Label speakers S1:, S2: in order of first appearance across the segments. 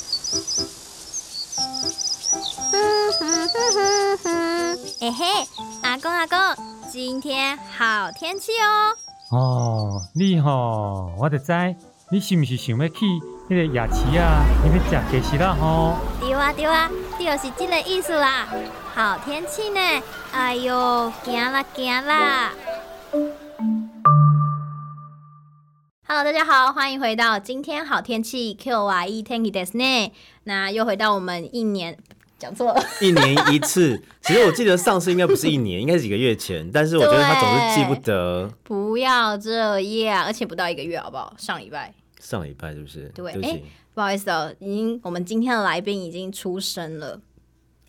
S1: 今天好天气哦。
S2: 哦，你吼、我就知，你是毋是想要去迄个夜市啊？你要食鸡翅啦吼？
S1: 对啊对啊，就是这个意思啦。好天气呢，哎哟，行啦行啦。Hello，大家好，欢迎回到今天好天气 Q Y E Tanky d e s n 那又回到我们一年，讲错了，
S3: 一年一次。其实我记得上次应该不是一年，应该是几个月前，但是我觉得他总是记不得
S1: 不要这样，而且不到一个月好不好？上礼拜。
S3: 上礼拜是不是？
S1: 对
S3: 不
S1: 哎
S3: 起。
S1: 不好意思哦，已经我们今天的来宾已经出生了。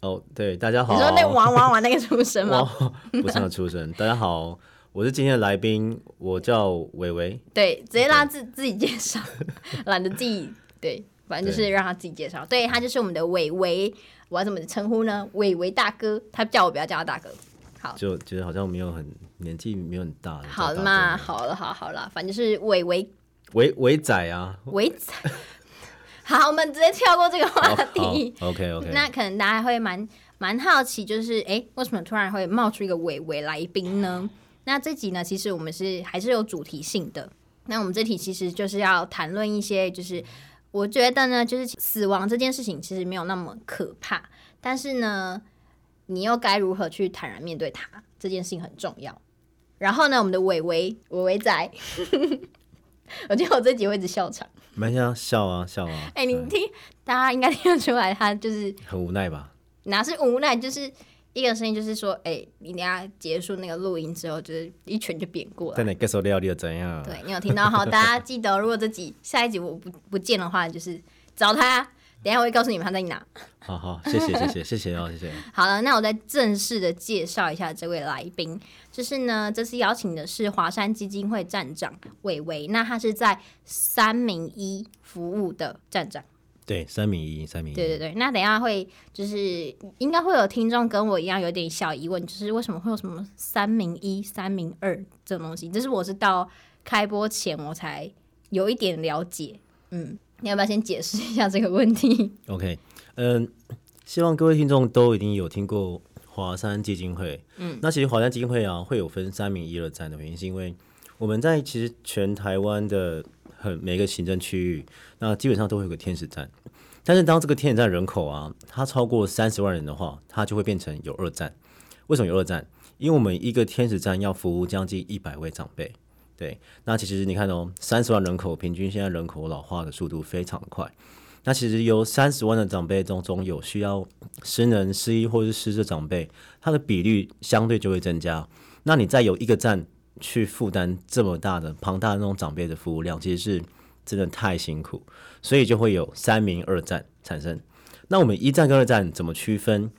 S3: 哦，对，大家好。
S1: 你说那玩玩玩那个出生吗？
S3: 哇不是那出生。大家好，我是今天的来宾，我叫伟伟。
S1: 对，直接让他自自己介绍，懒得自己对，反正就是让他自己介绍。对他就是我们的伟伟，我要怎么称呼呢？伟伟大哥，他叫我不要叫他大哥。好，
S3: 就觉得好像没有很年纪没有很大。
S1: 好
S3: 叫
S1: 了
S3: 大
S1: 嘛，
S3: 哥，
S1: 好了，好好了，反正就是伟伟
S3: 伟伟仔 啊。
S1: 伟仔。好，我们直接跳过这个话
S3: 哦
S1: 题。
S3: OK OK。
S1: 那可能大家会蛮蛮好奇，就是哎，诶为什么突然会冒出一个伟伟来宾呢？那这集呢，其实我们是还是有主题性的。那我们这题其实就是要谈论一些，就是我觉得呢，就是死亡这件事情其实没有那么可怕，但是呢，你又该如何去坦然面对它，这件事情很重要。然后呢，我们的伟伟伟伟仔， 我觉得我这集会一直笑场。
S3: 没事啊，笑啊笑啊。
S1: 哎、你
S3: 对
S1: 听，大家应该听得出来，他就是
S3: 很无奈吧？
S1: 哪是无奈，就是一个声音，就是说，哎、你等一下结束那个录音之后，就是一拳就扁过来。
S3: 但你 get 料你又怎样？
S1: 对，你有听到哈？大家记得哦，如果这集下一集我不不见的话，就是找他。等一下我会告诉你们他在哪。
S3: 好好，谢谢谢谢谢谢哦，谢谢。
S1: 好了，那我再正式的介绍一下这位来宾，就是呢，这次邀请的是华山基金会站长伟伟，那他是在三明一服务的站长。
S3: 对，三米一，三米一。
S1: 对对对，那等一下会就是应该会有听众跟我一样有点小疑问，就是为什么会有什么三明一、三明二这种东西？这是我是到开播前我才有一点了解。嗯，你要不要先解释一下这个问题？
S3: OK，嗯，希望各位听众都已经有听过华山基金会。嗯，那其实华山基金会啊，会有分三民一二站的原因，是因为我们在其实全台湾的很每个行政区域，那基本上都会有个天使站。但是当这个天使站人口啊，它超过三十万人的话，它就会变成有二站。为什么有二站？因为我们一个天使站要服务将近一百位长辈。对，那其实你看哦，三十万人口，平均现在人口老化的速度非常的快。那其实有三十万的长辈中，中有需要失能、失忆或是失智的长辈，它的比率相对就会增加。那你再有一个站去负担这么大的庞大的那种长辈的服务量，其实是真的太辛苦，所以就会有三明二战产生。那我们一战跟二战怎么区分？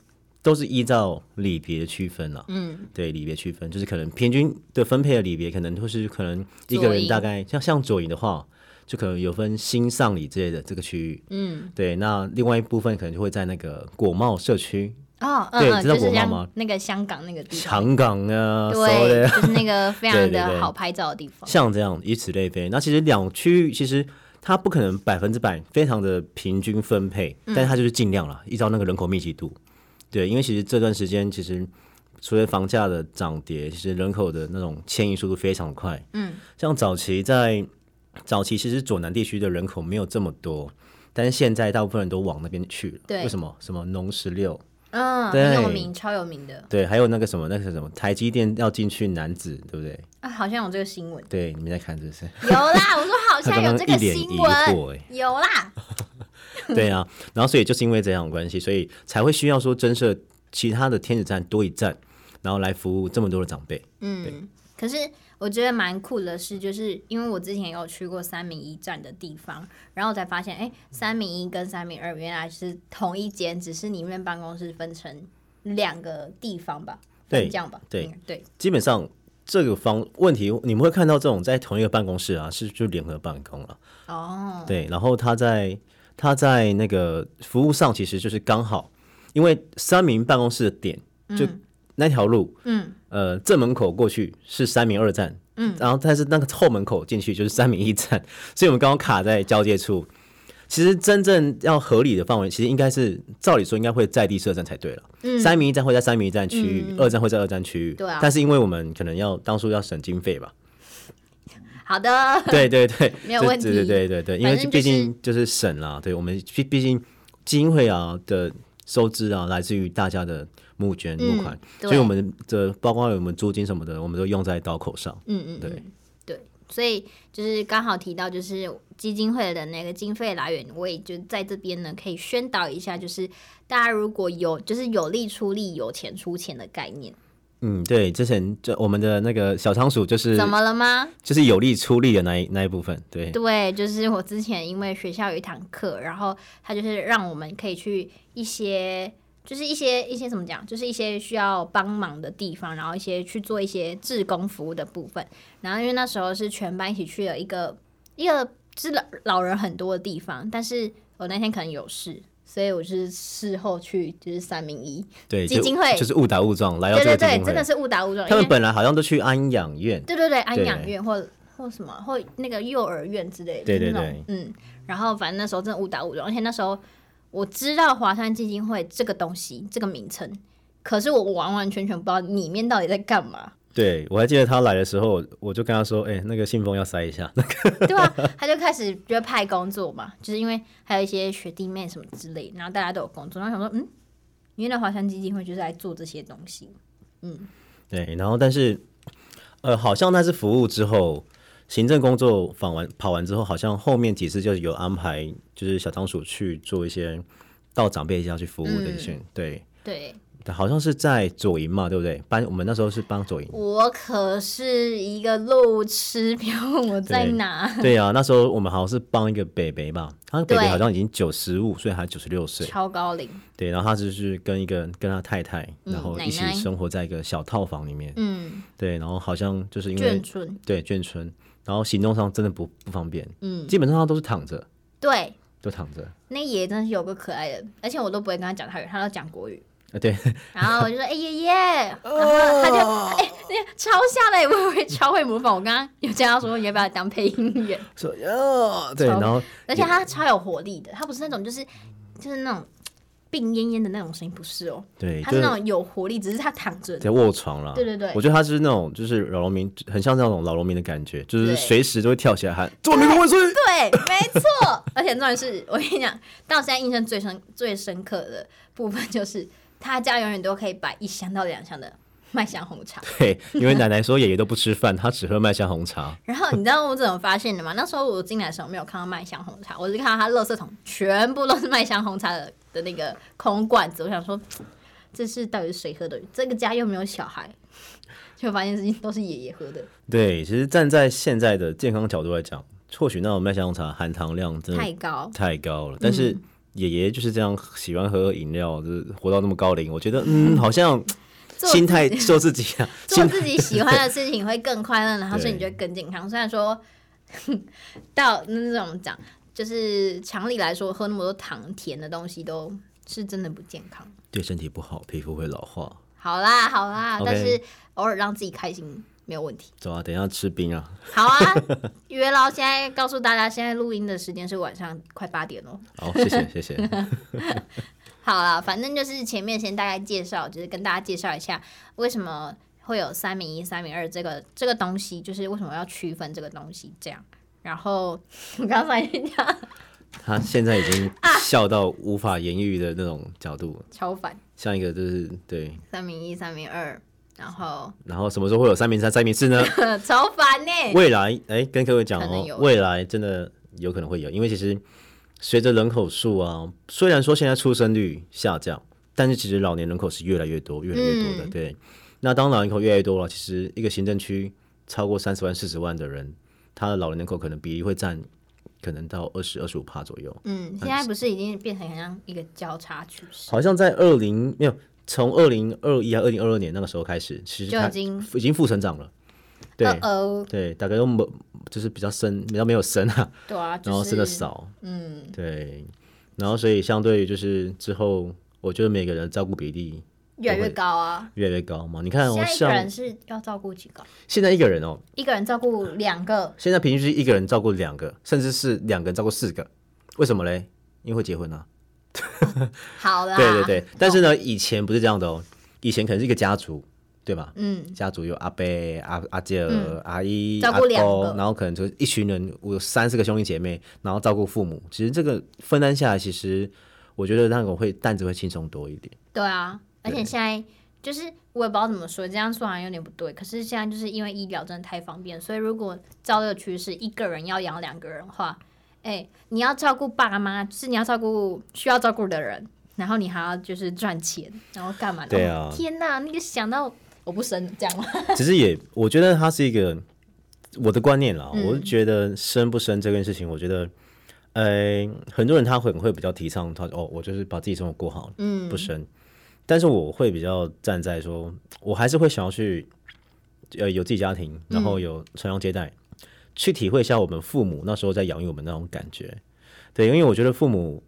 S3: 都是依照里别区分了、嗯，对，里别区分就是可能平均的分配的里别，可能就是可能一个
S1: 左
S3: 人
S1: 营
S3: 大概像像左营的话，就可能有分新上里之类的这个区域，嗯，对。那另外一部分可能就会在那个果贸社区，
S1: 哦，
S3: 对
S1: 嗯嗯，
S3: 知道
S1: 就是
S3: 国贸
S1: 像
S3: 吗
S1: 那个香港那个地方，
S3: 长港啊，什么
S1: 对，
S3: 的，
S1: 就是那个非常
S3: 对对
S1: 的
S3: 对
S1: 好拍照的地方。
S3: 像这样以此类推。那其实两区域其实它不可能百分之百非常的平均分配，
S1: 嗯
S3: 但是它就是尽量了，依照那个人口密集度。对，因为其实这段时间其实随着房价的涨跌，其实人口的那种迁移速度非常快。嗯，像早期在早期其实左南地区的人口没有这么多。但是现在大部分人都往那边去了，
S1: 对
S3: 为什么？什么农十六，
S1: 嗯，
S3: 对
S1: 很有名，超有名的
S3: 对，还有那个什么，那个什么，台积电要进去南子，对不对？
S1: 啊，好像有这个新 闻。
S3: 对，你们在看这是？
S1: 有啦，我说好像有这个
S3: 他刚刚一脸
S1: 新
S3: 疑惑
S1: 闻
S3: 欸，
S1: 有啦。
S3: 对啊，然后所以就是因为这样的关系，所以才会需要说增设其他的天使站多一站，然后来服务这么多的长辈。
S1: 嗯，可是我觉得蛮酷的是，就是因为我之前有去过三明一站的地方，然后我才发现，哎、三明一跟三明二原来是同一间，只是里面办公室分成两个地方吧，
S3: 对
S1: 分这样吧，
S3: 对
S1: 嗯对，
S3: 基本上这个方问题，你们会看到这种在同一个办公室啊，是就联合办公啊了、
S1: 哦，
S3: 对，然后他在他在那个服务上，其实就是刚好，因为三明办公室的点就那条路，
S1: 嗯，
S3: 呃，正门口过去是三明二站， 嗯，然后但是那个后门口进去就是三明一站，所以我们刚刚卡在交界处。其实真正要合理的范围，其实应该是照理说应该会在地设站才对了。
S1: 嗯
S3: 三民一站会在三民一站区域，二站会在二站区域。
S1: 对啊
S3: 但是因为我们可能要当初要省经费吧。
S1: 好 的，
S3: 对对对，
S1: 没有
S3: 这
S1: 问题
S3: 对对对对，因为
S1: 反正就是
S3: 毕竟就是省啦，对我们毕毕竟基金会啊的收支啊，来自于大家的募捐
S1: 嗯
S3: 募款，
S1: 对
S3: 所以我们的包括我们租金什么的，我们都用在刀口上。
S1: 嗯嗯，
S3: 对
S1: 嗯对，所以就是刚好提到，就是基金会的那个经费来源，我也就在这边呢，可以宣导一下，就是大家如果有就是有力出力，有钱出钱的概念，
S3: 嗯，对，之前这我们的那个小仓鼠就是
S1: 怎么了吗？
S3: 就是有力出力的那一那一部分，对
S1: 对，就是我之前因为学校有一堂课，然后他就是让我们可以去一些。就是一些一些怎么讲，就是一些需要帮忙的地方，然后一些去做一些志工服务的部分。然后因为那时候是全班一起去了一个一个就是老老人很多的地方，但是我那天可能有事，所以我是事后去就是三明一，
S3: 对，
S1: 基
S3: 就
S1: 金会
S3: 就是误打误撞来到
S1: 对
S3: 这个
S1: 对
S3: 基
S1: 对，
S3: 金
S1: 真的
S3: 会。
S1: 是误打误撞，
S3: 他
S1: 因为
S3: 们本来好像都去安养院，
S1: 对对对，安
S3: 对
S1: 养院或或什么或那个幼儿园之类的，
S3: 对
S1: 就是
S3: 对
S1: 那种嗯。然后反正那时候真的误打误撞，而且那时候我知道华山基金会这个东西这个名称，可是我完完全全不知道里面到底在干嘛，
S3: 对我还记得他来的时候，我就跟他说：“哎、那个信封要塞一下。
S1: 对吧、他就开始就派工作嘛，就是因为还有一些学弟妹什么之类，然后大家都有工作，然后想说嗯，原来华山基金会就是来做这些东西，”
S3: 对，然后但是，呃，好像那次服务之后，行政工作访完跑完之后，好像后面几次就是有安排，就是小仓鼠去做一些到长辈家去服务的一些，
S1: 嗯
S3: 对，
S1: 对。
S3: 好像是在左营嘛，对不对？帮我们那时候是帮左营，
S1: 我可是一个路痴， 别问我在
S3: 对
S1: 哪。
S3: 对啊，那时候我们好像是帮一个北北吧，他北
S1: 对
S3: 北好像已经九十五岁还九十六岁，
S1: 超高龄，
S3: 对，然后他就是跟一个跟他太太，
S1: 嗯
S3: 然后
S1: 奶
S3: 一起
S1: 奶
S3: 生活在一个小套房里面，
S1: 嗯，
S3: 对，然后好像就是因为
S1: 眷村，
S3: 对眷村，然后行动上真的不不方便，
S1: 嗯，
S3: 基本上他都是躺着，
S1: 对，
S3: 都躺着，
S1: 那爷爷真是有个可爱的，而且我都不会跟他讲台语，他都讲国语。
S3: 啊对，
S1: 然后我就说：“哎、爷爷。”然后他就哎、那个超像的，我会超会模仿。我刚刚有这样说，要不要当配音员？
S3: 说哦， 对，
S1: 超
S3: 然后
S1: 而且他超有活力的，他不是那种就是就是那种病恹恹的那种声音，不是哦，
S3: 对，
S1: 他
S3: 就是是
S1: 那种有活力，只是他躺着。
S3: 在卧床了，
S1: 对对对
S3: 我觉得他是那种就是老农民，很像那种老农民的感觉，就是
S1: 对
S3: 随时都会跳起来喊“中华民国万岁
S1: 对，没错。而且重点是我跟你讲，到现在印象最深、最深刻的部分就是，他家永远都可以摆一箱到两箱的麦香红茶。”，
S3: 对，因为奶奶说爷爷都不吃饭，他只喝麦香红茶，
S1: 然后你知道我怎么发现的吗？那时候我进来的时候没有看到麦香红茶，我是看到他垃圾桶全部都是麦香红茶的的那个空罐子。我想说，这是到底是谁喝的？这个家又没有小孩，就发现是都是爷爷喝的，
S3: 对，其实站在现在的健康角度来讲，或许那种麦香红茶含糖量真的
S1: 太高。嗯
S3: 太高了，但是爷爷就是这样喜欢喝饮料，就是活到那么高龄，我觉 得嗯，好像
S1: 做
S3: 心态做自己啊，
S1: 做
S3: 心
S1: 自己喜欢的事情会更快乐，然后所以你就会更健康。虽然说到那种讲，就是常理来说，喝那么多糖甜的东西都是真的不健康。
S3: 对身体不好，皮肤会老化。
S1: 好啦，好啦
S3: OK
S1: 但是偶尔让自己开心没有问题。
S3: 走啊，等一下吃冰啊！
S1: 好啊， 约喽！现在告诉大家，现在录音的时间是晚上快八点哦。
S3: 好，谢谢谢谢。
S1: 好啦，反正就是前面先大概介绍，就是跟大家介绍一下为什么会有三明一、三明二这个这个东西，就是为什么要区分这个东西这样。然后我刚才已经讲
S3: 他现在已经笑到无法言喻的那种角度，
S1: 超反
S3: 像一个就是对。
S1: 三明一、三明二，然后
S3: 然后什么时候会有三明三、三明四呢？
S1: 超反呢、
S3: 未来哎，跟各位讲
S1: 可能有
S3: 哦，未来真的有可能会有，因为其实随着人口数啊，虽然说现在出生率下降，但是其实老年人口是越来越多、越来越多的。
S1: 嗯
S3: 对，那当老人口越来越多了，其实一个行政区超过三十万、四十万的人，他的老年人口可能比例会占可能到二十二十五帕左右。
S1: 嗯，现在不是已经变成很像一个交叉趋势，
S3: 好像在二零没有从二零二一还啊二零二二年那个时候开始，其实
S1: 就
S3: 它
S1: 已经
S3: 已经负成长了。对、
S1: 呃呃，
S3: 对，大概都没就是比较深，比较没有深啊，
S1: 对啊，
S3: 然后
S1: 就
S3: 生的
S1: 是
S3: 少，
S1: 嗯。
S3: 对，然后所以相对于就是之后，我觉得每个人照顾比例
S1: 越来越高啊！
S3: 越来越高嘛。你看、哦，
S1: 现在一个人
S3: 像
S1: 是要照顾几个？
S3: 现在一个人哦，
S1: 一个人照顾两个，
S3: 现在平均是一个人照顾两个，甚至是两个人照顾四个，为什么嘞？因为会结婚啊。
S1: 好啦，哦
S3: 对对对，但是呢，以前不是这样的哦，以前可能是一个家族，对吧？
S1: 嗯，
S3: 家族有阿伯、阿阿姐、阿姨、
S1: 照
S3: 阿
S1: 顾两
S3: 公
S1: 个，
S3: 然后可能就是一群人，我有三四个兄弟姐妹，然后照顾父母。其实这个分担下来，其实我觉得那种会担子会轻松多一点。
S1: 对啊，而且现在就是我也不知道怎么说，这样说好像有点不对。可是现在就是因为医疗真的太方便，所以如果照这个趋势，一个人要养两个人的话，哎、你要照顾爸妈，就是你要照顾需要照顾的人，然后你还要就是赚钱，然后干嘛的？
S3: 对啊
S1: 哦天哪，那个想到我不生这样吗？
S3: 其实也，我觉得它是一个我的观念啦，
S1: 嗯
S3: 我是觉得生不生这件事情，我觉得。呃，很多人他会会比较提倡他哦，我就是把自己生活过好，
S1: 嗯
S3: 不深，但是我会比较站在说，我还是会想要去，呃，有自己家庭，
S1: 嗯
S3: 然后有传宗接代，去体会一下我们父母那时候在养育我们那种感觉。对，因为我觉得父母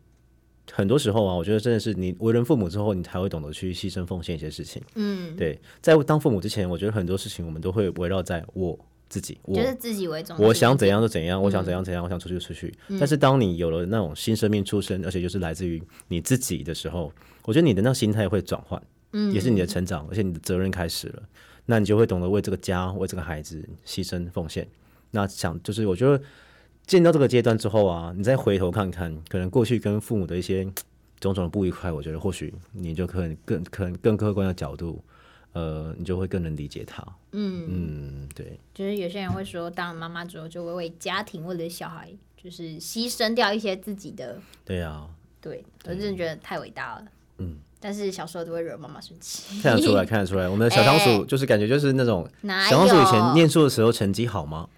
S3: 很多时候啊，我觉得真的是你为人父母之后，你才会懂得去牺牲奉献一些事情。
S1: 嗯，
S3: 对，在当父母之前，我觉得很多事情我们都会围绕在我自己，我
S1: 啊就是嗯自己为中心。
S3: 我想怎样就怎样，我想怎样怎样，我想出去就出去。但是当你有了那种新生命出生，而且就是来自于你自己的时候，我觉得你的那心态会转换，
S1: 嗯
S3: 也是你的成长，而且你的责任开始了，那你就会懂得为这个家、为这个孩子牺牲奉献。那想就是我觉得进到这个阶段之后啊，你再回头看看，可能过去跟父母的一些嘖种种的不愉快，我觉得或许你就可能更可能更客观的角度，呃，你就会更能理解他。
S1: 嗯
S3: 嗯，对。
S1: 就是有些人会说，当了妈妈之后就会为家庭、为了小孩，就是牺牲掉一些自己的。
S3: 对啊，
S1: 对，我真的觉得太伟大了。
S3: 嗯，
S1: 但是小时候都会惹妈妈生气。
S3: 看得出来，看得出来，我们的小仓
S1: 哎
S3: 鼠就是感觉就是那种
S1: 哪
S3: 小仓鼠以前
S1: 有
S3: 念书的时候成绩好吗？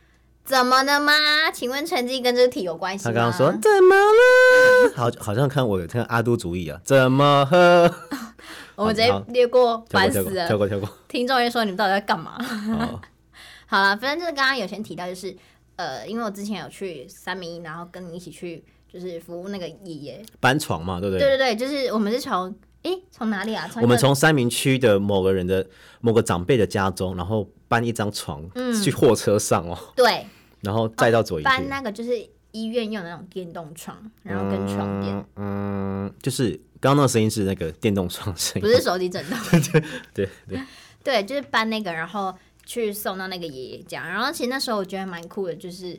S1: 怎么了吗？请问成绩跟这个题有关系
S3: 他
S1: 吗？
S3: 刚刚说 怎么了？好，好像看我有看阿都主义啊，怎么喝？
S1: 我们直接略过，
S3: 跳过，
S1: 烦
S3: 跳
S1: 死
S3: 过，跳
S1: 了。
S3: 过，跳过。
S1: 听众也说你们到底在干嘛？
S3: 好，
S1: 好了，反正就是刚刚有先提到，就是呃，因为我之前有去三明一，然后跟你一起去，就是服务那个爷爷。
S3: 搬床嘛，对不
S1: 对
S3: 对？
S1: 对对，就是我们是从诶从哪里啊？从一
S3: 我们
S1: 个
S3: 从三明区的某个人的某个长辈的家中，然后搬一张床
S1: 嗯
S3: 去货车上哦，
S1: 对
S3: 然后再到左营
S1: 搬
S3: 去。
S1: 那个就是医院用的那种电动床，然后跟床垫，
S3: 嗯，嗯就是刚刚那个声音是那个电动床声
S1: 不
S3: 音，
S1: 是手机震动，
S3: 对对，
S1: 对，就是搬那个，然后去送到那个爷爷家。然后其实那时候我觉得蛮酷的，就是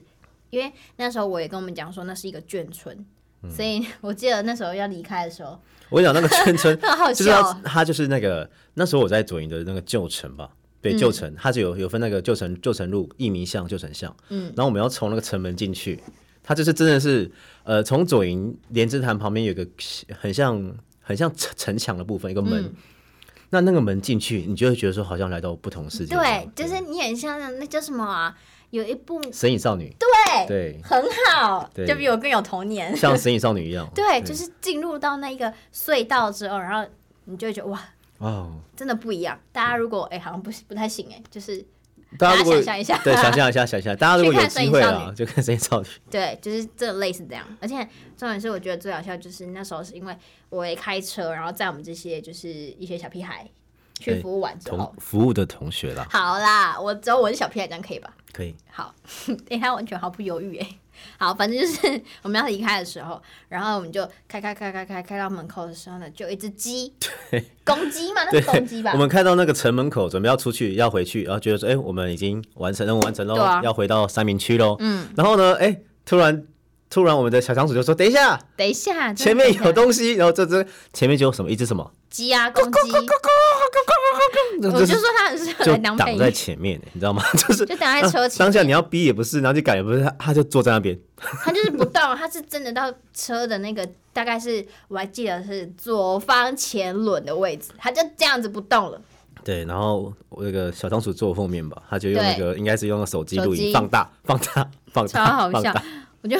S1: 因为那时候我也跟我们讲说那是一个眷村，
S3: 嗯
S1: 所以 我记得那时候要离开的时 候，
S3: 我跟你讲那个圈村
S1: 那好
S3: 就是他
S1: 笑哦，
S3: 他就是那个那时候我在左营的那个旧城吧，
S1: 嗯
S3: 对旧城，它是有有分那个旧城旧城路、益民巷、旧城巷，
S1: 嗯，
S3: 然后我们要从那个城门进去，它就是真的是呃，从左营莲枝潭旁边有一个很像很像城城墙的部分一个门，
S1: 嗯
S3: 那那个门进去，你就会觉得说好像来到不同世界一样，
S1: 对，就是你很像那那叫什么啊？有一部
S3: 神隐少女，
S1: 对
S3: 对，
S1: 很好，
S3: 对
S1: 就比我更有童年。
S3: 像神隐少女一样，
S1: 对，就是进入到那一个隧道之后，然后你就会觉得哇，
S3: 哦，
S1: 真的不一样。大家如果哎、好像不不太行哎、就是
S3: 大
S1: 大
S3: 家
S1: 家
S3: 如果
S1: 想象一下，
S3: 对想象一下，想象一下，大家如果
S1: 去
S3: 有
S1: 看神
S3: 机
S1: 隐
S3: 会
S1: 少
S3: 啊，就看神隐少女，
S1: 对，就是这类似这样。而且重点是，我觉得最好笑就是那时候是因为我也开车，然后载我们这些就是一些小屁孩去
S3: 哎
S1: 服务完之后
S3: 同，服务的同学啦，
S1: 好啦，我只有我是小屁孩，这样可以吧？
S3: 可以。
S1: 好，哎、他完全毫不犹豫哎、好，反正就是我们要离开的时候，然后我们就开开开开开开到门口的时候呢，就有一只鸡，公鸡 嘛，那
S3: 对
S1: 是公鸡吧
S3: 我？们看到那个城门口，准备要出去，要回去，然后觉得说，哎、我们已经完成任务完成喽，
S1: 对啊
S3: 要回到三明区喽。
S1: 嗯，
S3: 然后呢，哎、突然突然我们的小仓鼠就说，等一下，
S1: 等一下，
S3: 前
S1: 真
S3: 面
S1: 的
S3: 有东
S1: 嗯
S3: 西，然后这只前面就有什么一只什么，
S1: 鸡啊，公鸡，我就
S3: 这是
S1: 说它很适合
S3: 就
S1: 来当配
S3: 挡在
S1: 音，
S3: 前面，你知道吗？ 就是
S1: 就挡在车前
S3: 当下你要逼也不是，然后就赶也不是，他他就坐在那边，
S1: 他就是不动，他是真的到车的那个大概是我还记得是左方前轮的位置，他就这样子不动了。
S3: 对，然后我那个小仓鼠坐我后面吧，他就用那个应该是用手机
S1: 手
S3: 录
S1: 机
S3: 影放大放大放
S1: 超
S3: 大，
S1: 好
S3: 放
S1: 笑
S3: 大，
S1: 我就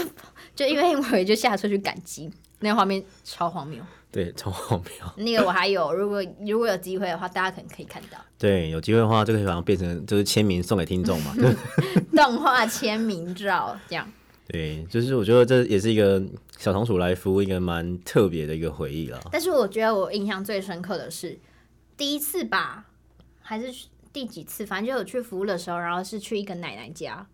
S1: 就因为我就下车去赶集，那个画面超荒谬。
S3: 对，超荒谬。
S1: 那个我还有，如果如果有机会的话，大家可能可以看到
S3: 对，有机会的话，这个好像变成就是签名送给听众嘛，对
S1: 动画签名照这样。
S3: 对，就是我觉得这也是一个小仓鼠来服务一个蛮特别的一个回忆啦。
S1: 但是我觉得我印象最深刻的是第一次吧，还是第几次，反正就有去服务的时候，然后是去一个奶奶家，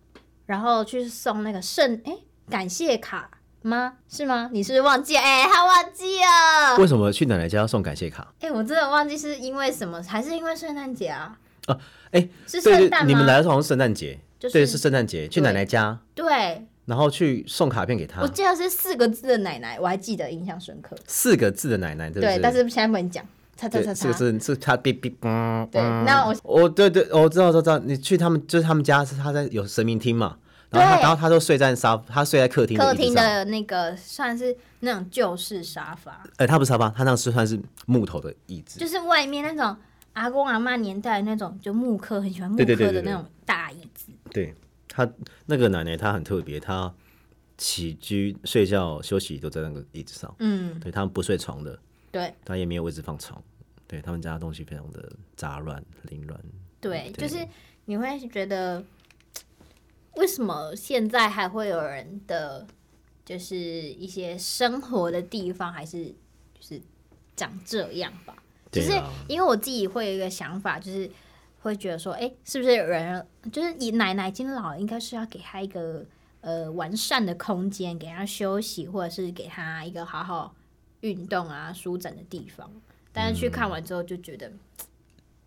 S1: 然后去送那个圣哎、感谢卡，吗？是吗？你是不是忘记了？哎、他忘记了。
S3: 为什么去奶奶家要送感谢卡？
S1: 哎、我真的忘记是因为什么，还是因为圣诞节啊？
S3: 啊，哎
S1: 是
S3: 对
S1: 圣
S3: 对，
S1: 诞
S3: 你们来
S1: 吗？
S3: 的时候好像是圣诞节，
S1: 就是
S3: 对，是圣诞节去
S1: 对
S3: 奶奶家，
S1: 对，
S3: 然后去送卡片给她
S1: 我，记得是四个字的奶奶，我还记得印象深刻。
S3: 四个字的奶奶，对不
S1: 对，但是现在不能讲，叉叉
S3: 对，
S1: 叉
S3: 四个
S1: 叉。
S3: 字是她哔哔，嗯，
S1: 对，那我
S3: 哦，对对，我、知道知道知道，你去他们就是他们家是他在有神明厅嘛，然后他
S1: 对
S3: 然后他都睡在沙，他睡在客厅
S1: 客
S3: 椅子
S1: 厅
S3: 上，
S1: 的那个算是那种旧式沙发，
S3: 呃，他不是沙发，他那是算是木头的椅子，
S1: 就是外面那种阿公阿妈年代那种，就木刻很喜欢木
S3: 对对对
S1: 刻的
S3: 对对
S1: 那种大椅子。
S3: 对他那个奶奶她很特别，她起居、睡觉、休息都在那个椅子上，
S1: 嗯，
S3: 对他们不睡床的，
S1: 对
S3: 他也没有位置放床，对他们家的东西非常的杂乱凌乱，
S1: 对，
S3: 对
S1: 就是你会觉得，为什么现在还会有人的，就是一些生活的地方还是就是长这样吧？就
S3: 对
S1: 是
S3: 啊
S1: 因为我自己会有一个想法，就是会觉得说，哎、是不是有人就是你奶奶已经老了，应该是要给她一个呃完善的空间，给她休息，或者是给她一个好好运动啊、舒展的地方。但是去看完之后就觉得，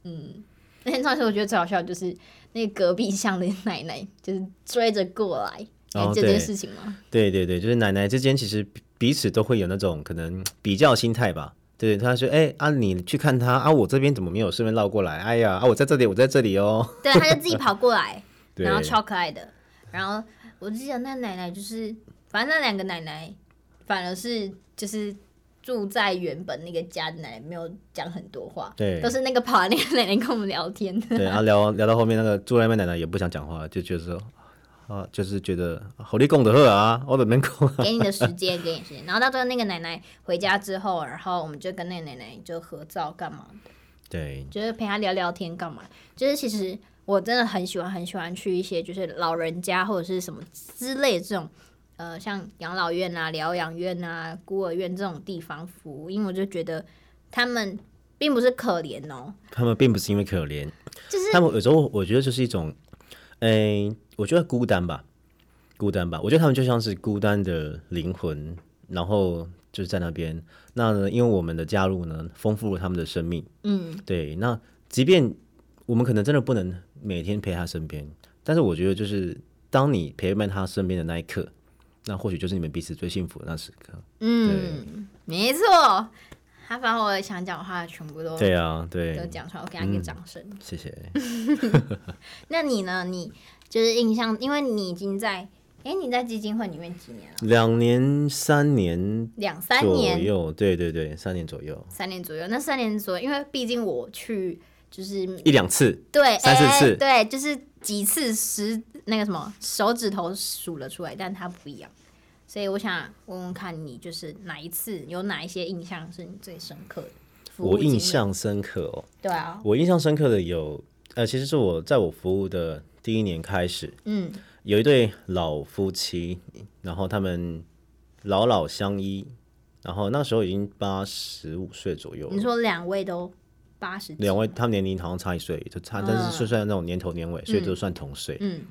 S1: 嗯， 那天当时我觉得最好笑的就是那个隔壁巷的奶奶就是追着过来，哎、
S3: 哦
S1: 这件
S3: 对
S1: 事情吗？
S3: 对对对，就是奶奶之间其实彼彼此都会有那种可能比较心态吧。对，他说：“哎、啊，你去看他啊，我这边怎么没有顺便绕过来？哎呀，啊，我在这里，我在这里哦。
S1: 对，她就自己跑过来，
S3: 对”
S1: 然后超可爱的。然后我记得那奶奶就是，反正那两个奶奶反而是就是住在原本那个家的奶奶没有讲很多话，
S3: 对
S1: 都是那个跑来那个奶奶跟我们聊天。
S3: 对，然后聊聊到后面，那个住在那边奶奶也不想讲话，就觉得说啊，就是觉得好利供的喝啊，我的门口啊，
S1: 给你的时间，给你时间。然后到最后，那个奶奶回家之后，然后我们就跟那个奶奶就合照干嘛的，
S3: 对
S1: 就是陪她聊聊天干嘛。就是其实我真的很喜欢很喜欢去一些就是老人家或者是什么之类这种，呃，像养老院啊、疗养院啊、孤儿院这种地方服务，因为我就觉得他们并不是可怜哦，
S3: 他们并不是因为可怜，
S1: 就是
S3: 他们有时候我觉得就是一种，哎、我觉得孤单吧，孤单吧，我觉得他们就像是孤单的灵魂，然后就是在那边。那呢，因为我们的加入呢，丰富了他们的生命。
S1: 嗯，
S3: 对，那即便我们可能真的不能每天陪他身边，但是我觉得就是当你陪伴他身边的那一刻，那或许就是你们彼此最幸福的那时刻。
S1: 嗯，没错。他把我想讲的话全部都
S3: 对啊，对嗯
S1: 都，讲出来，我给他一个掌声。
S3: 谢谢。
S1: 那你呢？你就是印象，因为你已经在，哎、你在基金会里面几年了？
S3: 两年、三年
S1: 两三
S3: 左
S1: 年，
S3: 右，对对对，三年左右，
S1: 三年左右。那三年左右，因为毕竟我去就是
S3: 一两次。
S1: 对
S3: 三四
S1: 哎
S3: 次
S1: 对，就是几次十那个什么手指头数了出来，但它不一样。所以我想问问看你，就是哪一次有哪一些印象是你最深刻的？服务
S3: 我
S1: 经
S3: 印
S1: 验
S3: 象深刻哦，
S1: 对啊，
S3: 我印象深刻的有，呃，其实是我在我服务的第一年开始，
S1: 嗯，
S3: 有一对老夫妻，然后他们老老相依，然后那时候已经八十五岁左右
S1: 你
S3: 了。
S1: 说两位都八十，
S3: 两位，他们年龄好像差一岁，就差，但是是算那种年头年尾，所以都算同岁。
S1: 嗯，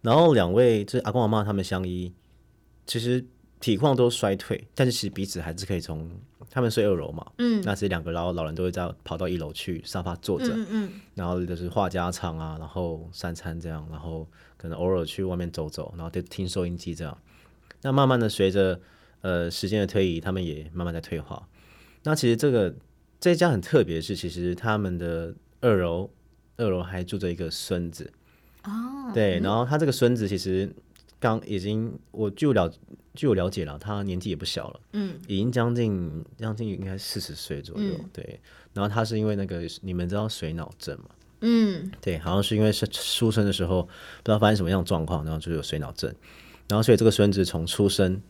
S3: 然后两位就是阿公阿妈他们相依，其实体况都衰退，但是其实彼此还是可以从他们睡二楼嘛，
S1: 嗯，
S3: 那其实两个老老人都会在跑到一楼去沙发坐着，
S1: 嗯嗯
S3: 然后就是话家常啊，然后三餐这样，然后可能偶尔去外面走走，然后就听收音机这样。那慢慢的随着呃时间的推移，他们也慢慢在退化。那其实这个这一家很特别的是，其实他们的二楼二楼还住着一个孙子，
S1: 嗯，哦，
S3: 对，然后他这个孙子其实刚已经我据我了据我了解了，他年纪也不小了。
S1: 嗯。
S3: 已经将近将近应该四十岁左右，对。然后他是因为那个你们知道水脑症嘛？
S1: 嗯，
S3: 对，好像是因为是出生的时候不知道发生什么样的状况，然后就有水脑症。然后所以这个孙子从出生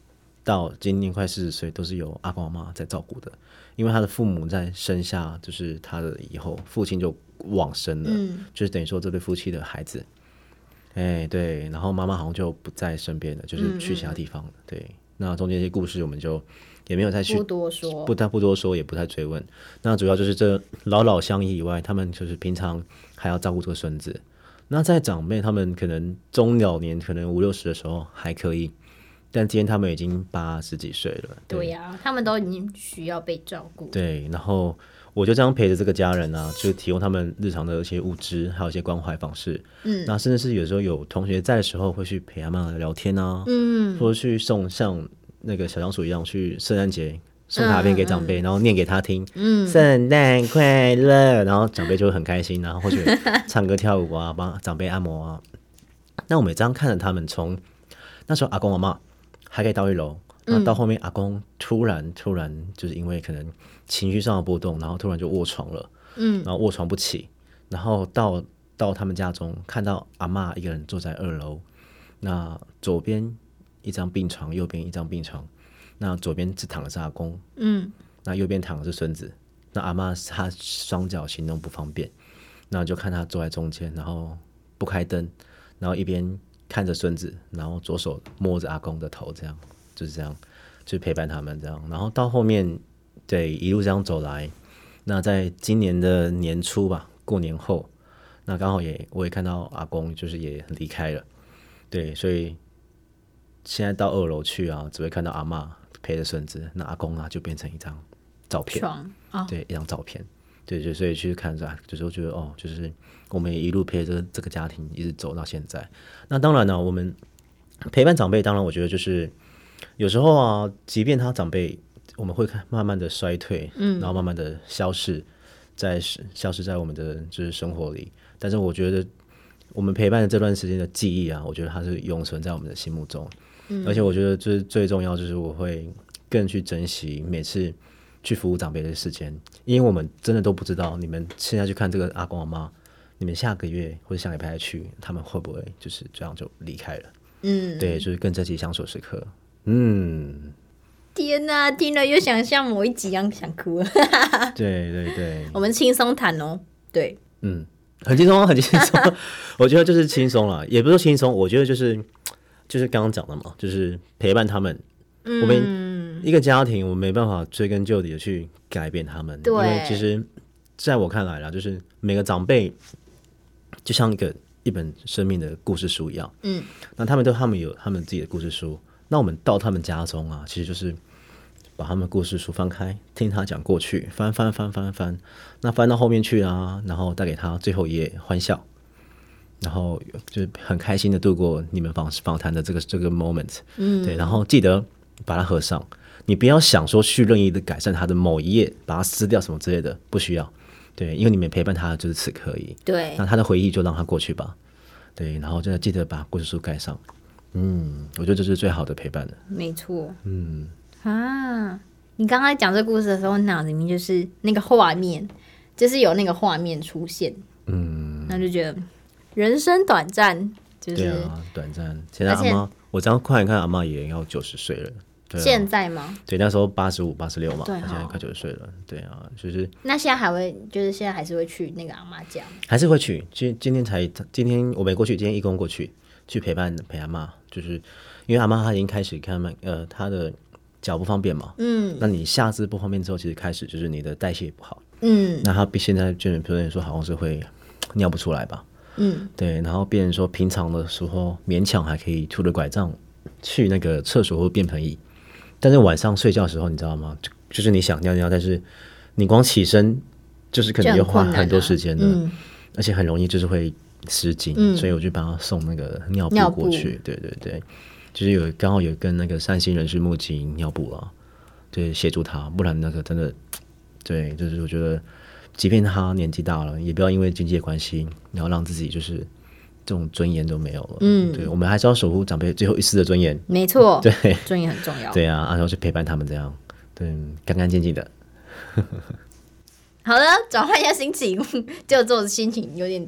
S3: 到今年快四十岁，都是由阿公阿妈在照顾的，因为他的父母在生下就是他的以后，父亲就往生了，就是等于说这对夫妻的孩子。哎，对，然后妈妈好像就不在身边了，就是去其他地方了。对，那中间一些故事我们就也没有再去
S1: 不多说。
S3: 不太不多说，也不太追问。那主要就是这老老相依以外，他们就是平常还要照顾这个孙子。那在长辈他们可能中老年，可能五六十的时候还可以，但今天他们已经八十几岁了，
S1: 对呀、他们都已经需要被照顾。
S3: 对，然后我就这样陪着这个家人啊，就提供他们日常的一些物资，还有一些关怀方式。嗯，那甚至是有时候有同学在的时候，会去陪他们聊天啊，嗯，或者去送像那个小仓鼠一样，去圣诞节送卡片给长辈，然后念给他听，嗯，圣诞快乐，然后长辈就会很开心，然后或者唱歌跳舞啊，帮长辈按摩啊。那我们也这样看着他们从那时候阿公阿妈还可以到一楼，那到后面阿公突然突然就是因为可能情绪上的波动，然后突然就卧床了，嗯，然后卧床不起，然后到到他们家中看到阿嬷一个人坐在二楼，那左边一张病床，右边一张病床，那左边是躺的是阿公，嗯，那右边躺的是孙子，那阿嬷她双脚行动不方便，那就看她坐在中间，然后不开灯，然后一边看着孙子，然后左手摸着阿公的头，这样就是这样，就陪伴他们这样。然后到后面，对，一路这样走来，那在今年的年初吧，过年后，那刚好也我也看到阿公就是也离开了，对，所以现在到二楼去啊，只会看到阿嬷陪着孙子，那阿公啊就变成一张照片，
S1: 床啊，
S3: 对，一张照片，对，就所以去看着，就是我觉得哦，就是我们也一路陪着这个家庭一直走到现在。那当然呢、我们陪伴长辈，当然我觉得就是有时候啊，即便他长辈，我们会看慢慢的衰退，嗯，然后慢慢的消逝，在消失在我们的就是生活里。但是我觉得我们陪伴的这段时间的记忆啊，我觉得它是永存在我们的心目中。而且我觉得最最重要就是我会更去珍惜每次去服务长辈的时间，因为我们真的都不知道你们现在去看这个阿公阿妈，你们下个月或者下礼拜去，他们会不会就是这样就离开了？
S1: 嗯，
S3: 对，就是更珍惜相处的时刻。嗯，
S1: 天哪、听了又想像某一集一样想哭。
S3: 对对对，
S1: 我们轻松谈哦，对，
S3: 嗯，很轻松，很轻松。 我觉得就是轻松了，也不是说轻松，我觉得就是就是刚刚讲的嘛，就是陪伴他们。我
S1: 嗯
S3: 们一个家庭，我们没办法追根究底的去改变他们，
S1: 对
S3: 因为其实在我看来啦，就是每个长辈就像一个一本生命的故事书一样，
S1: 嗯，
S3: 那他们都他们有他们自己的故事书，那我们到他们家中啊，其实就是。把他们的故事书翻开，听他讲过去，翻翻翻翻翻，那翻到后面去啊，然后带给他最后一页欢笑，然后就很开心的度过你们访访谈的这个这个 moment，嗯，对，然后记得把它合上，你不要想说去任意的改善它的某一页，把它撕掉什么之类的，不需要，对，因为你们陪伴他的就是此刻而已，
S1: 对
S3: 那，他的回忆就让他过去吧，对，然后真的记得把故事书盖上，嗯，我觉得这是最好的陪伴了，
S1: 没错
S3: 嗯，
S1: 啊。你刚才讲这故事的时候，脑子里面就是那个画面，就是有那个画面出现，嗯，那就觉得人生短暂，就
S3: 对
S1: 是
S3: 啊，短暂，现在
S1: 而
S3: 阿
S1: 且
S3: 妈，我这样看一看，阿妈也要九十岁了，对、啊，
S1: 现在吗？
S3: 对，那时候八十五、八十六嘛，
S1: 对
S3: 她现在
S1: 哦
S3: 快九十岁了，对啊，就是
S1: 那现在还会，就是现在还是会去那个阿妈家吗，
S3: 还是会去。今今天才，今天我没过去，今天义工过去去陪伴陪阿妈，就是因为阿妈她已经开始看慢，呃，她的脚不方便嘛，
S1: 嗯
S3: 那你下肢不方便之后，其实开始就是你的代谢也不好，
S1: 嗯
S3: 那她比现在就是比如说好像是会尿不出来吧，
S1: 嗯，
S3: 对，然后变成说平常的时候勉强还可以拄着拐杖去那个厕所或便盆椅，但是晚上睡觉的时候，你知道吗？就就是你想尿尿，但是你光起身就是可
S1: 就
S3: 能
S1: 很
S3: 要花
S1: 困难
S3: 很多
S1: 啊
S3: 时间的，
S1: 嗯
S3: 而且很容易就是会失禁，所以我就帮他送那个尿布
S1: 尿布
S3: 过去。对对对，就是有刚好有跟那个善心人士募集尿布啊，对，协助他，不然那个真的，对，就是我觉得，即便他年纪大了，也不要因为经济的关系，然后让自己就是这种尊严都没有了。嗯，对，我们还是要守护长辈最后一丝的尊严。
S1: 没错，
S3: 对，
S1: 尊严很重要。
S3: 对啊，然后去陪伴他们这样，对，干干净净的。
S1: 好了，转换一下心情， 就这种心情有点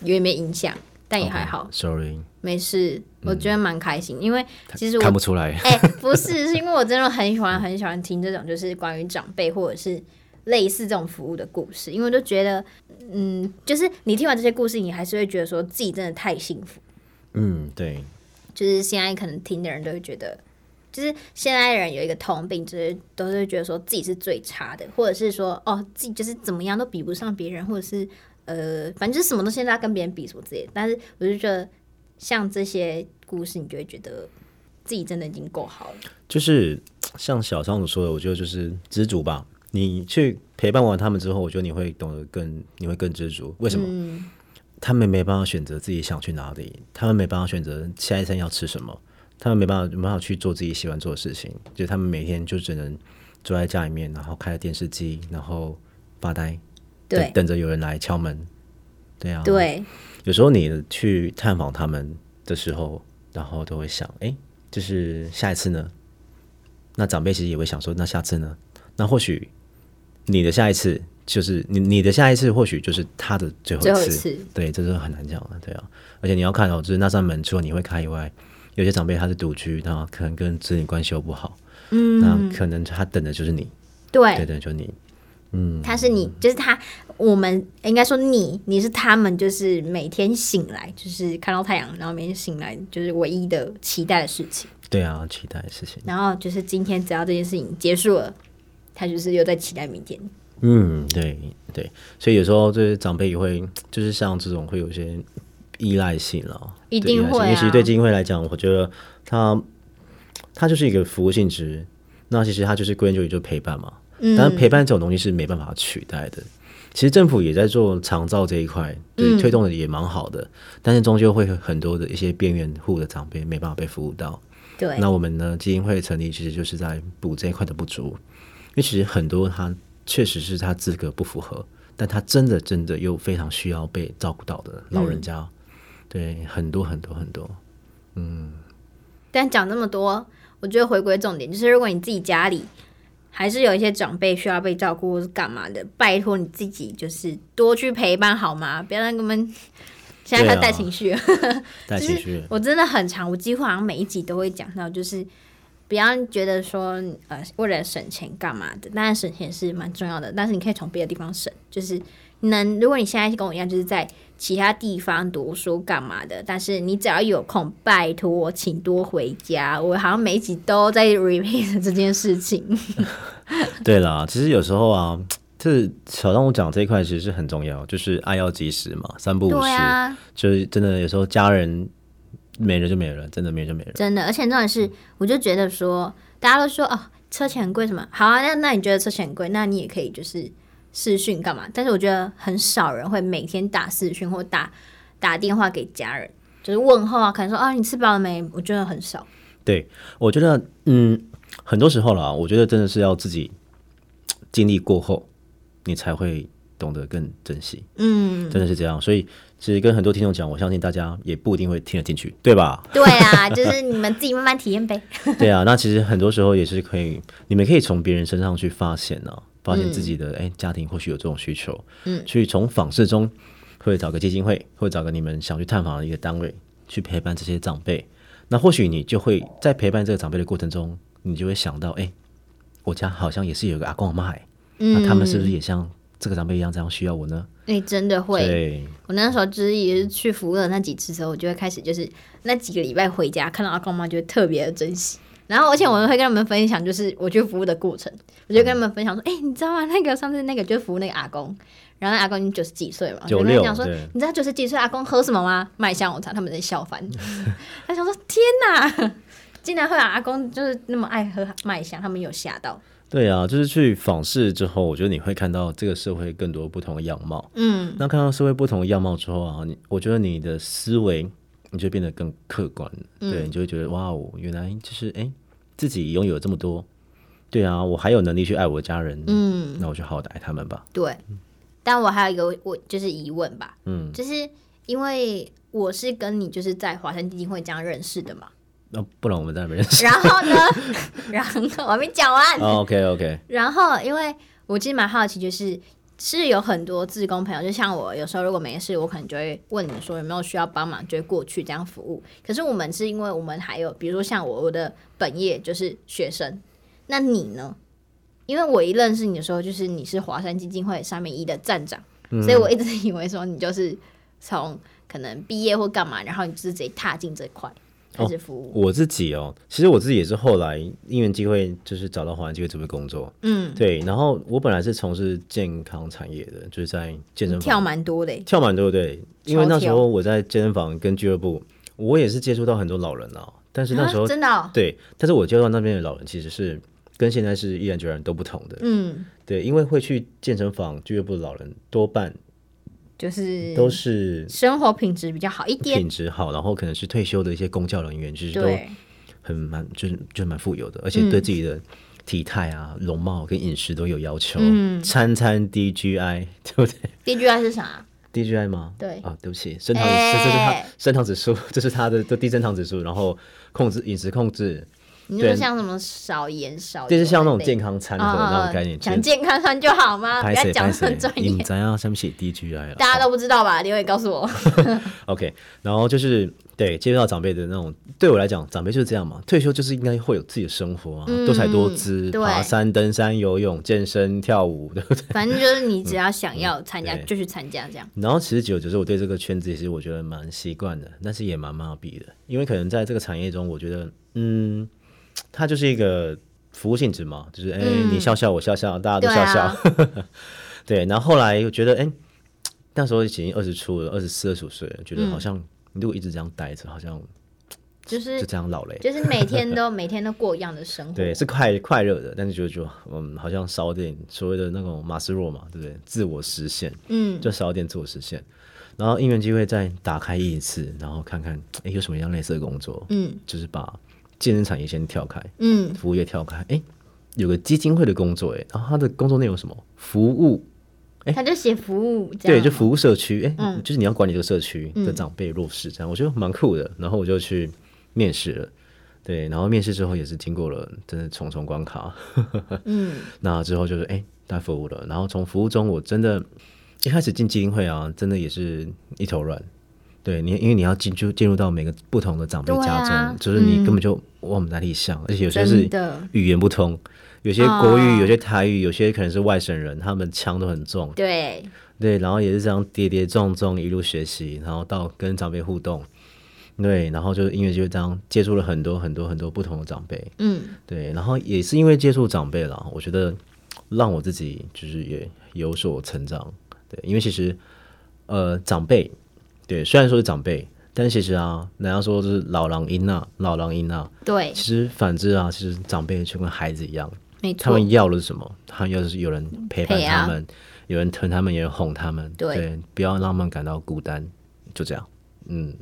S1: 有点被影响，但也还好
S3: Sorry，
S1: 没事，我觉得蛮开心，因为其实我
S3: 嗯看不出来。
S1: 哎、不是，是因为我真的很喜欢很喜欢听这种就是关于长辈或者是类似这种服务的故事，因为我就觉得，嗯，就是你听完这些故事，你还是会觉得说自己真的太幸福。
S3: 嗯，对，
S1: 就是现在可能听的人都会觉得，就是现在人有一个通病，就是都是觉得说自己是最差的，或者是说哦自己就是怎么样都比不上别人，或者是呃反正就是什么东西都要跟别人比什么之类的。但是我就觉得像这些故事，你就会觉得自己真的已经够好了。
S3: 就是像小仓所说的，我觉得就是知足吧。你去陪伴完他们之后，我觉得你会懂得更，你会更知足。为什么？
S1: 嗯，
S3: 他们没办法选择自己想去哪里，他们没办法选择下一餐要吃什么，他们没办法没办法去做自己喜欢做的事情，就他们每天就只能坐在家里面，然后开着电视机，然后发呆，等
S1: 对
S3: 等着有人来敲门。对啊，，
S1: 对，
S3: 有时候你去探访他们的时候，然后都会想，哎，就是下一次呢？那长辈其实也会想说，那下次呢？那或许你的下一次就是你你的下一次，或许就是他的最后
S1: 最后一次，
S3: 对，这是很难讲的，对啊。而且你要看哦，就是那扇门除了你会开以外，有些长辈他是独居，他可能跟子女关系又不好，嗯，那可能他等的就是你，
S1: 对
S3: 对，对，就是你，
S1: 他是你，就是他，我们应该说你，你是他们，就是每天醒来，就是看到太阳，然后每天醒来，就是唯一的期待的事情。
S3: 对啊，期待的事情，
S1: 然后就是今天，只要这件事情结束了，他就是又在期待明天。
S3: 嗯，对对，所以有时候就是长辈也会，就是像这种会有一些依赖性了，
S1: 一
S3: 对依
S1: 定
S3: 赖性
S1: 会
S3: 因为其实对
S1: 啊
S3: 基金会来讲，我觉得它它就是一个服务性质，那其实它就是归根究底就是陪伴嘛，
S1: 嗯，
S3: 但是陪伴这种东西是没办法取代的。其实政府也在做长照这一块，
S1: 嗯
S3: 对，推动的也蛮好的，但是终究会有很多的一些边缘户的长辈没办法被服务到。
S1: 对，
S3: 那我们呢，基金会成立其实就是在补这一块的不足，因为其实很多他确实是他资格不符合，但他真的真的又非常需要被照顾到的老
S1: 嗯
S3: 人家，对，很多很多很多，
S1: 但讲那么多，我觉得回归重点就是，如果你自己家里还是有一些长辈需要被照顾或是干嘛的，拜托你自己就是多去陪伴好吗？不要让他们 现
S3: 啊
S1: 在开始带情绪了。
S3: 带情绪，
S1: 我真的很长，我几乎好像每一集都会讲到，就是不要觉得说呃为了省钱干嘛的，当然省钱是蛮重要的，但是你可以从别的地方省，就是能如果你现在跟我一样，就是在其他地方读书干嘛的，但是你只要有空，拜托请多回家。我好像每一集都在 repeat 这件事情，
S3: 对啦，其实有时候啊，这小让我讲这一块其实是很重要，就是爱要及时嘛，三不五时，
S1: 对啊，
S3: 就是真的有时候家人没了就没了，真的没嗯了就没了。
S1: 真的，而且重点是，我就觉得说，大家都说哦，车钱很贵什么，好啊，那那你觉得车钱很贵，那你也可以就是视讯干嘛？但是我觉得很少人会每天打视讯或打打电话给家人，就是问候啊，可能说啊你吃饱了没？我觉得很 少，
S3: 对，我觉得嗯，很多时候啦，我觉得真的是要自己经历过后，你才会懂得更珍惜，
S1: 嗯，
S3: 真的是这样。所以其实跟很多听众讲，我相信大家也不一定会听得进去，对吧？
S1: 对啊，就是你们自己慢慢体验呗。
S3: 对啊，那其实很多时候也是可以，你们可以从别人身上去发现呢、发现自己的哎、家庭或许有这种需求，嗯，去从访视中，或者找个基金会，或者找个你们想去探访的一个单位，去陪伴这些长辈。那或许你就会在陪伴这个长辈的过程中，你就会想到，哎、我家好像也是有个阿公阿妈、欸，
S1: 嗯
S3: 那他们是不是也像这个长辈一样这样需要我呢？
S1: 你嗯真的会，
S3: 对，
S1: 我那时候就是也是去服务的那几次之后，我就会开始就是那几个礼拜回家看到阿公妈就会特别的珍惜。然后，而且我会跟他们分享，就是我去服务的过程，我就跟他们分享说，哎、你知道吗？那个上次那个就是服务那个阿公，然后那阿公已经九十几岁了嘛，
S3: 96
S1: 我就跟他讲说
S3: 对，
S1: 你知道九十几岁阿公喝什么吗？麦香红茶，他们在笑翻，他想说，天哪， 竟然会有阿公就是那么爱喝麦香，他们有吓到，
S3: 对啊，就是去访视之后，我觉得你会看到这个社会更多不同的样貌。
S1: 嗯，
S3: 那看到社会不同的样貌之后啊，你我觉得你的思维你就变得更客观了，
S1: 嗯
S3: 对你就会觉得哇哦，原来就是哎、诶自己拥有这么多，对啊，我还有能力去爱我的家人，嗯，那我就好好的爱他们吧，
S1: 对，但我还有一个我就是疑问吧，
S3: 嗯，
S1: 就是因为我是跟你就是在华山基金会这样认识的嘛，
S3: 那、不然我们再没认 识。
S1: 然后呢，然后我还没讲完，
S3: 哦、o k OK，
S1: 然后因为我其实蛮好奇，就是是有很多志工朋友，就像我有时候如果没事，我可能就会问你们说有没有需要帮忙，就会过去这样服务。可是我们是因为我们还有，比如说像我我的本业就是学生，那你呢？因为我一认识你的时候，就是你是华山基金会三零一的站长，所以我一直以为说你就是从可能毕业或干嘛，然后你就是直接踏进这块开始服务。
S3: 我自己哦，其实我自己也是后来因缘机会，就是找到华人机会这份工作，
S1: 嗯，
S3: 对，然后我本来是从事健康产业的，就是在健身
S1: 跳
S3: 房
S1: 蛮多的欸，
S3: 跳满对不对？因为
S1: 超
S3: 那时
S1: 跳
S3: 候我在健身房跟俱乐部，我也是接触到很多老人啊，但是那时候、
S1: 啊真的哦、
S3: 对，但是我接到那边的老人其实是跟现在是毅然决然都不同的。
S1: 嗯，
S3: 对，因为会去健身房俱乐部的老人多半
S1: 就是
S3: 都是
S1: 生活品质比较好一点
S3: 品，质好，然后可能是退休的一些公教人员，其实都
S1: 对，嗯
S3: 很蛮就是就是蛮富有的，而且对自己的体态啊、容貌跟饮食都有要求，
S1: 嗯
S3: 餐餐 DGI，对不对
S1: DGI 是啥？
S3: ？DGI 吗？
S1: 对
S3: 啊，对不起，升糖指这这是
S1: 哎
S3: 他升糖指数， 这是他的这低升糖指数，然后控制饮食控制，
S1: 你说
S3: 对
S1: 像什么少盐少油类的，啊
S3: 就是像那种健康餐盒那种概念。
S1: 哦讲健康餐就好吗？不
S3: 拍
S1: 要
S3: 谁
S1: 讲
S3: 拍
S1: 得
S3: 谁
S1: 很，专
S3: 你
S1: 业
S3: 们，怎样下面写 DGI 啊？
S1: 大家都不知道吧？留言告诉 我。
S3: OK，然后就是对接触到长辈的那种，对我来讲，长辈就是这样嘛。退休就是应该会有自己的生活啊，多才多姿，
S1: 嗯对
S3: 爬山、登山、游泳、健身、跳舞，对不对？
S1: 反正就是你只要想要参加
S3: 嗯对
S1: 就去参加，这样
S3: 然后其实久而久之，我对这个圈子其实我觉得蛮习惯的，但是也蛮麻痹的，因为可能在这个产业中，我觉得，嗯，它就是一个服务性质嘛，就是哎、你笑笑，我笑笑，大家
S1: 嗯
S3: 都
S1: 对
S3: 笑笑，
S1: 啊
S3: 对。然后后来又觉得，哎，那时候已经二十出了，二十四、二十五岁了，觉得好像如果一直这样待着，好像
S1: 就是
S3: 就这样老了。
S1: 就是每天都 每天都过一样的生活。
S3: 对，是快快乐的，但是就就嗯，好像少点所谓的那种马斯洛嘛，对不对？自我实现，
S1: 嗯，
S3: 就少点自我实现。然后因缘机会再打开一次，然后看看哎有什么样类似的工作，
S1: 嗯
S3: 就是把健身产业先跳开，
S1: 嗯，
S3: 服务业跳开，哎，有个基金会的工作，哎，然后他的工作内容是什么？服务，
S1: 他就写服务这样，
S3: 对，就服务社区，哎、就是你要管理这个社区的长辈弱势，这样、我觉得蛮酷的。然后我就去面试了，对，然后面试之后也是经过了真的重重关卡，
S1: 嗯
S3: 那之后就是哎，带、服务了，然后从服务中我真的一开始进基金会啊，真的也是一头软。对你，因为你要进就进入到每个不同的长辈
S1: 对
S3: 家中，
S1: 啊
S3: 就是你根本就往我们哪里想，而且有些
S1: 真
S3: 是
S1: 的哦
S3: 语言不通，有些国语，有些台语，有些可能是外省人，他们腔都很重，
S1: 对，
S3: 对，然后也是这样跌跌撞撞一路学习，然后到跟长辈互动，对，然后就是因为就这样接触了很多很多很多不同的长辈，
S1: 嗯
S3: 对，然后也是因为接触长辈啦，我觉得让我自己就是也有所成长，对，因为其实呃长辈，对，虽然说是长辈，但其实啊，人家说就是老狼因呐，老狼因呐，
S1: 对
S3: 其，实反之啊，其实长辈就跟孩子一样，
S1: 没
S3: 他
S1: 错，
S3: 们要的是什么？他们要的是有人陪伴
S1: 陪啊
S3: 他们，有人疼他们，有人哄他们，
S1: 对
S3: 不要让他们感到孤单，就这样。嗯，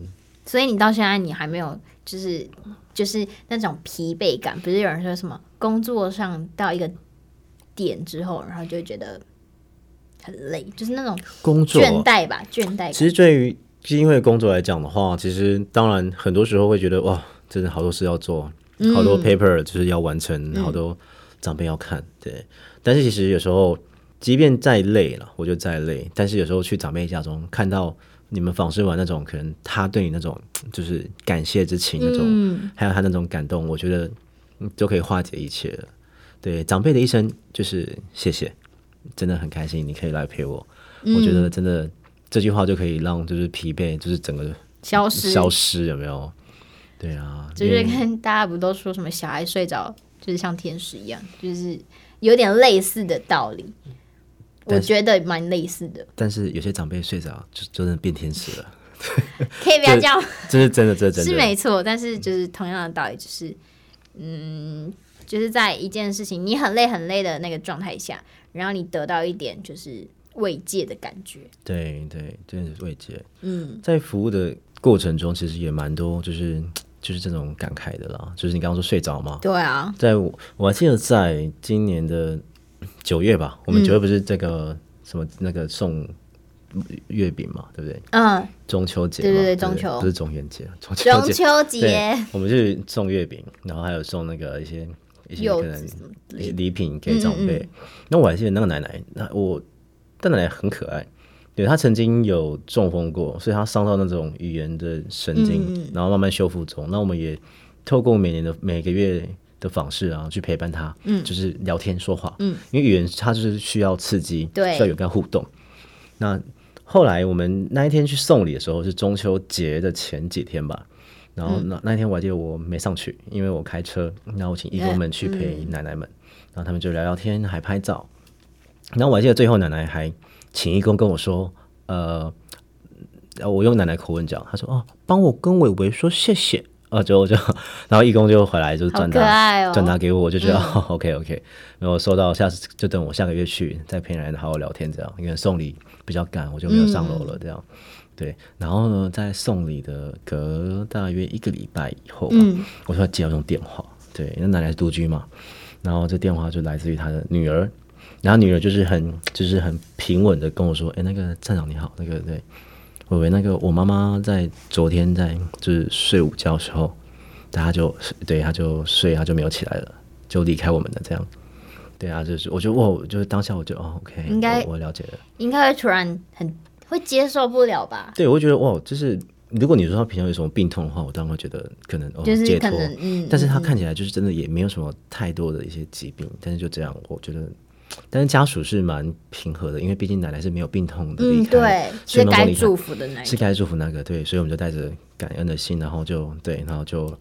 S1: 所以你到现在你还没有就是就是那种疲惫感，不是有人说什么工作上到一个点之后，然后就会觉得很累，就是那种
S3: 工作
S1: 倦怠吧，倦怠感。
S3: 其实对于基金会工作来讲的话，其实当然很多时候会觉得哇，真的好多事要做，好多 paper 就是要完成，好多长辈要看，对。但是其实有时候，即便再累了，我就再累，但是有时候去长辈家中看到你们访视完那种，可能他对你那种就是感谢之情那种，
S1: 嗯
S3: 还有他那种感动，我觉得嗯都可以化解一切了。对长辈的一生就是谢谢，真的很开心你可以来陪我，我觉
S1: 嗯
S3: 得真的这句话就可以让就是疲惫就是整个
S1: 消失，
S3: 消失，有没有？对啊，
S1: 就是跟大家不都说什么小孩睡着就是像天使一样，就是有点类似的道理。我
S3: 但是
S1: 觉得蛮类似的，
S3: 但是有些长辈睡着就就真的变天使了，
S1: 可以不要这样，
S3: 这是真的，这是真的。
S1: 是没错。但是就是同样的道理，就是嗯，就是在一件事情你很累很累的那个状态下，然后你得到一点就是慰藉的感觉。
S3: 对对，真的是慰藉。
S1: 嗯，
S3: 在服务的过程中，其实也蛮多，就是就是这种感慨的啦。就是你刚刚说睡着嘛，
S1: 对啊，
S3: 在我我还记得在今年的九月吧，我们
S1: 嗯
S3: 九月不是这个、什么那个送月饼嘛，对不对？
S1: 嗯，
S3: 中秋节嘛，
S1: 对对对
S3: 不
S1: 中秋
S3: 不是中元节，中秋
S1: 中
S3: 节。
S1: 秋节
S3: 对，我们去送月饼，然后还有送那个一些一些
S1: 柚
S3: 可
S1: 子
S3: 能
S1: 什么之类
S3: 礼
S1: 的嗯
S3: 礼品给长辈。那我还记得那个奶奶，那我但奶奶很可爱，对她曾经有中风过，所以她伤到那种语言的神经，然后慢慢修复中。那我们也透过每年的每个月。的访视啊，去陪伴她，嗯，就是聊天说话，嗯，因为语言它就是需要刺激，
S1: 对
S3: 需要有跟她互动。那后来我们那一天去送礼的时候是中秋节的前几天吧，然后那那天我还记得我没上去，因为我开车，然后我请义工们去陪奶奶们，然后他们就聊聊天，还拍照。然后我还记得最后奶奶还请义工跟我说，呃，呃我用奶奶口吻讲，她说哦，帮我跟伟伟说谢谢。啊，就我就，然后义工就回来就是
S1: 好
S3: 转
S1: 可
S3: 达
S1: 爱哦，嗯
S3: 转达给我，我就觉得、哦 OK OK，没有收到，下次就等我下个月去再陪人好好聊天这样，因为送礼比较赶，我就没有上楼了这样。对，然后呢，在送礼的隔大约一个礼拜以后啊吧，
S1: 嗯
S3: 我就要接到这种电话，对，那奶奶是独居嘛，然后这电话就来自于她的女儿，然后女儿就是很就是很平稳的跟我说，哎，那个站长你好，那个对，伟伟那个我妈妈在昨天在就是睡午觉的时候，但她就对她就睡，她就没有起来了，就离开我们了这样。对啊，就是我就哇，就是当下我就哦，OK，
S1: 应该
S3: 我我了解了。
S1: 应该会突然很会接受不了吧？
S3: 对，我会觉得哇，就是如果你说他平常有什么病痛的话，我当然会觉得可能哦
S1: 就是
S3: 解
S1: 可
S3: 脱
S1: 能，嗯
S3: 但是他看起来就是真的也没有什么太多的一些疾病，但是就这样，我觉得，但是家属是蛮平和的，因为毕竟奶奶是没有病痛的离
S1: 嗯，
S3: 开，
S1: 对，是
S3: 所以能够
S1: 该
S3: 离开
S1: 祝福的那一
S3: 是该祝福那个对，所以我们就带着感恩的心，然后就对，然后就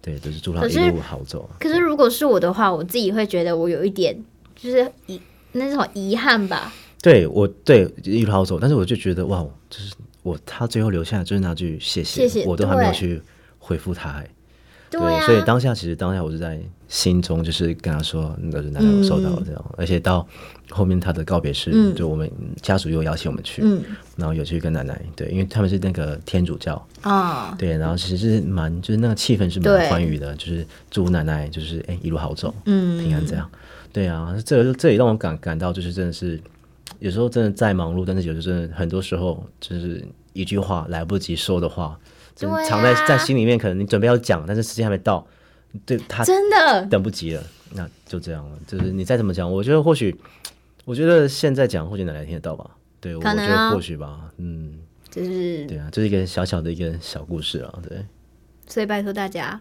S3: 对，就是祝他
S1: 可
S3: 一
S1: 是
S3: 路好走。
S1: 可是如果是我的话，我自己会觉得我有一点就是遗那种遗憾吧。
S3: 对我对一路好走，但是我就觉得哇，就是我他最后留下的就是那句谢
S1: 谢
S3: 谢，
S1: 谢
S3: 我都还没有
S1: 对
S3: 去回复他、哎
S1: 对啊，
S3: 所以当下其实当下我是在心中就是跟他说，那就奶奶我收到
S1: 嗯
S3: 了这样，而且到后面他的告别式，就我们家属又邀请我们去，
S1: 嗯
S3: 然后有去跟奶奶，对，因为他们是那个天主教，
S1: 啊、
S3: 对，然后其实是蛮就是那个气氛是
S1: 对
S3: 蛮欢愉的，就是祝奶奶就是哎、一路好走，
S1: 嗯
S3: 平安这样，对啊，这个就这也让我感感到就是真的是有时候真的再忙碌，但是有时候真的很多时候就是一句话来不及说的话，真的
S1: 对
S3: 藏在
S1: 啊
S3: 在心里面，可能你准备要讲，但是时间还没到，对他
S1: 真的
S3: 等不及了，那就这样了。就是你再怎么讲，我觉得或许，我觉得现在讲，或许奶奶听得到吧？对，我
S1: 可
S3: 觉
S1: 能
S3: 得
S1: 啊
S3: 或许吧，嗯，
S1: 就是，
S3: 对啊，这是一个小小的一个小故事啊，对。
S1: 所以拜托大家。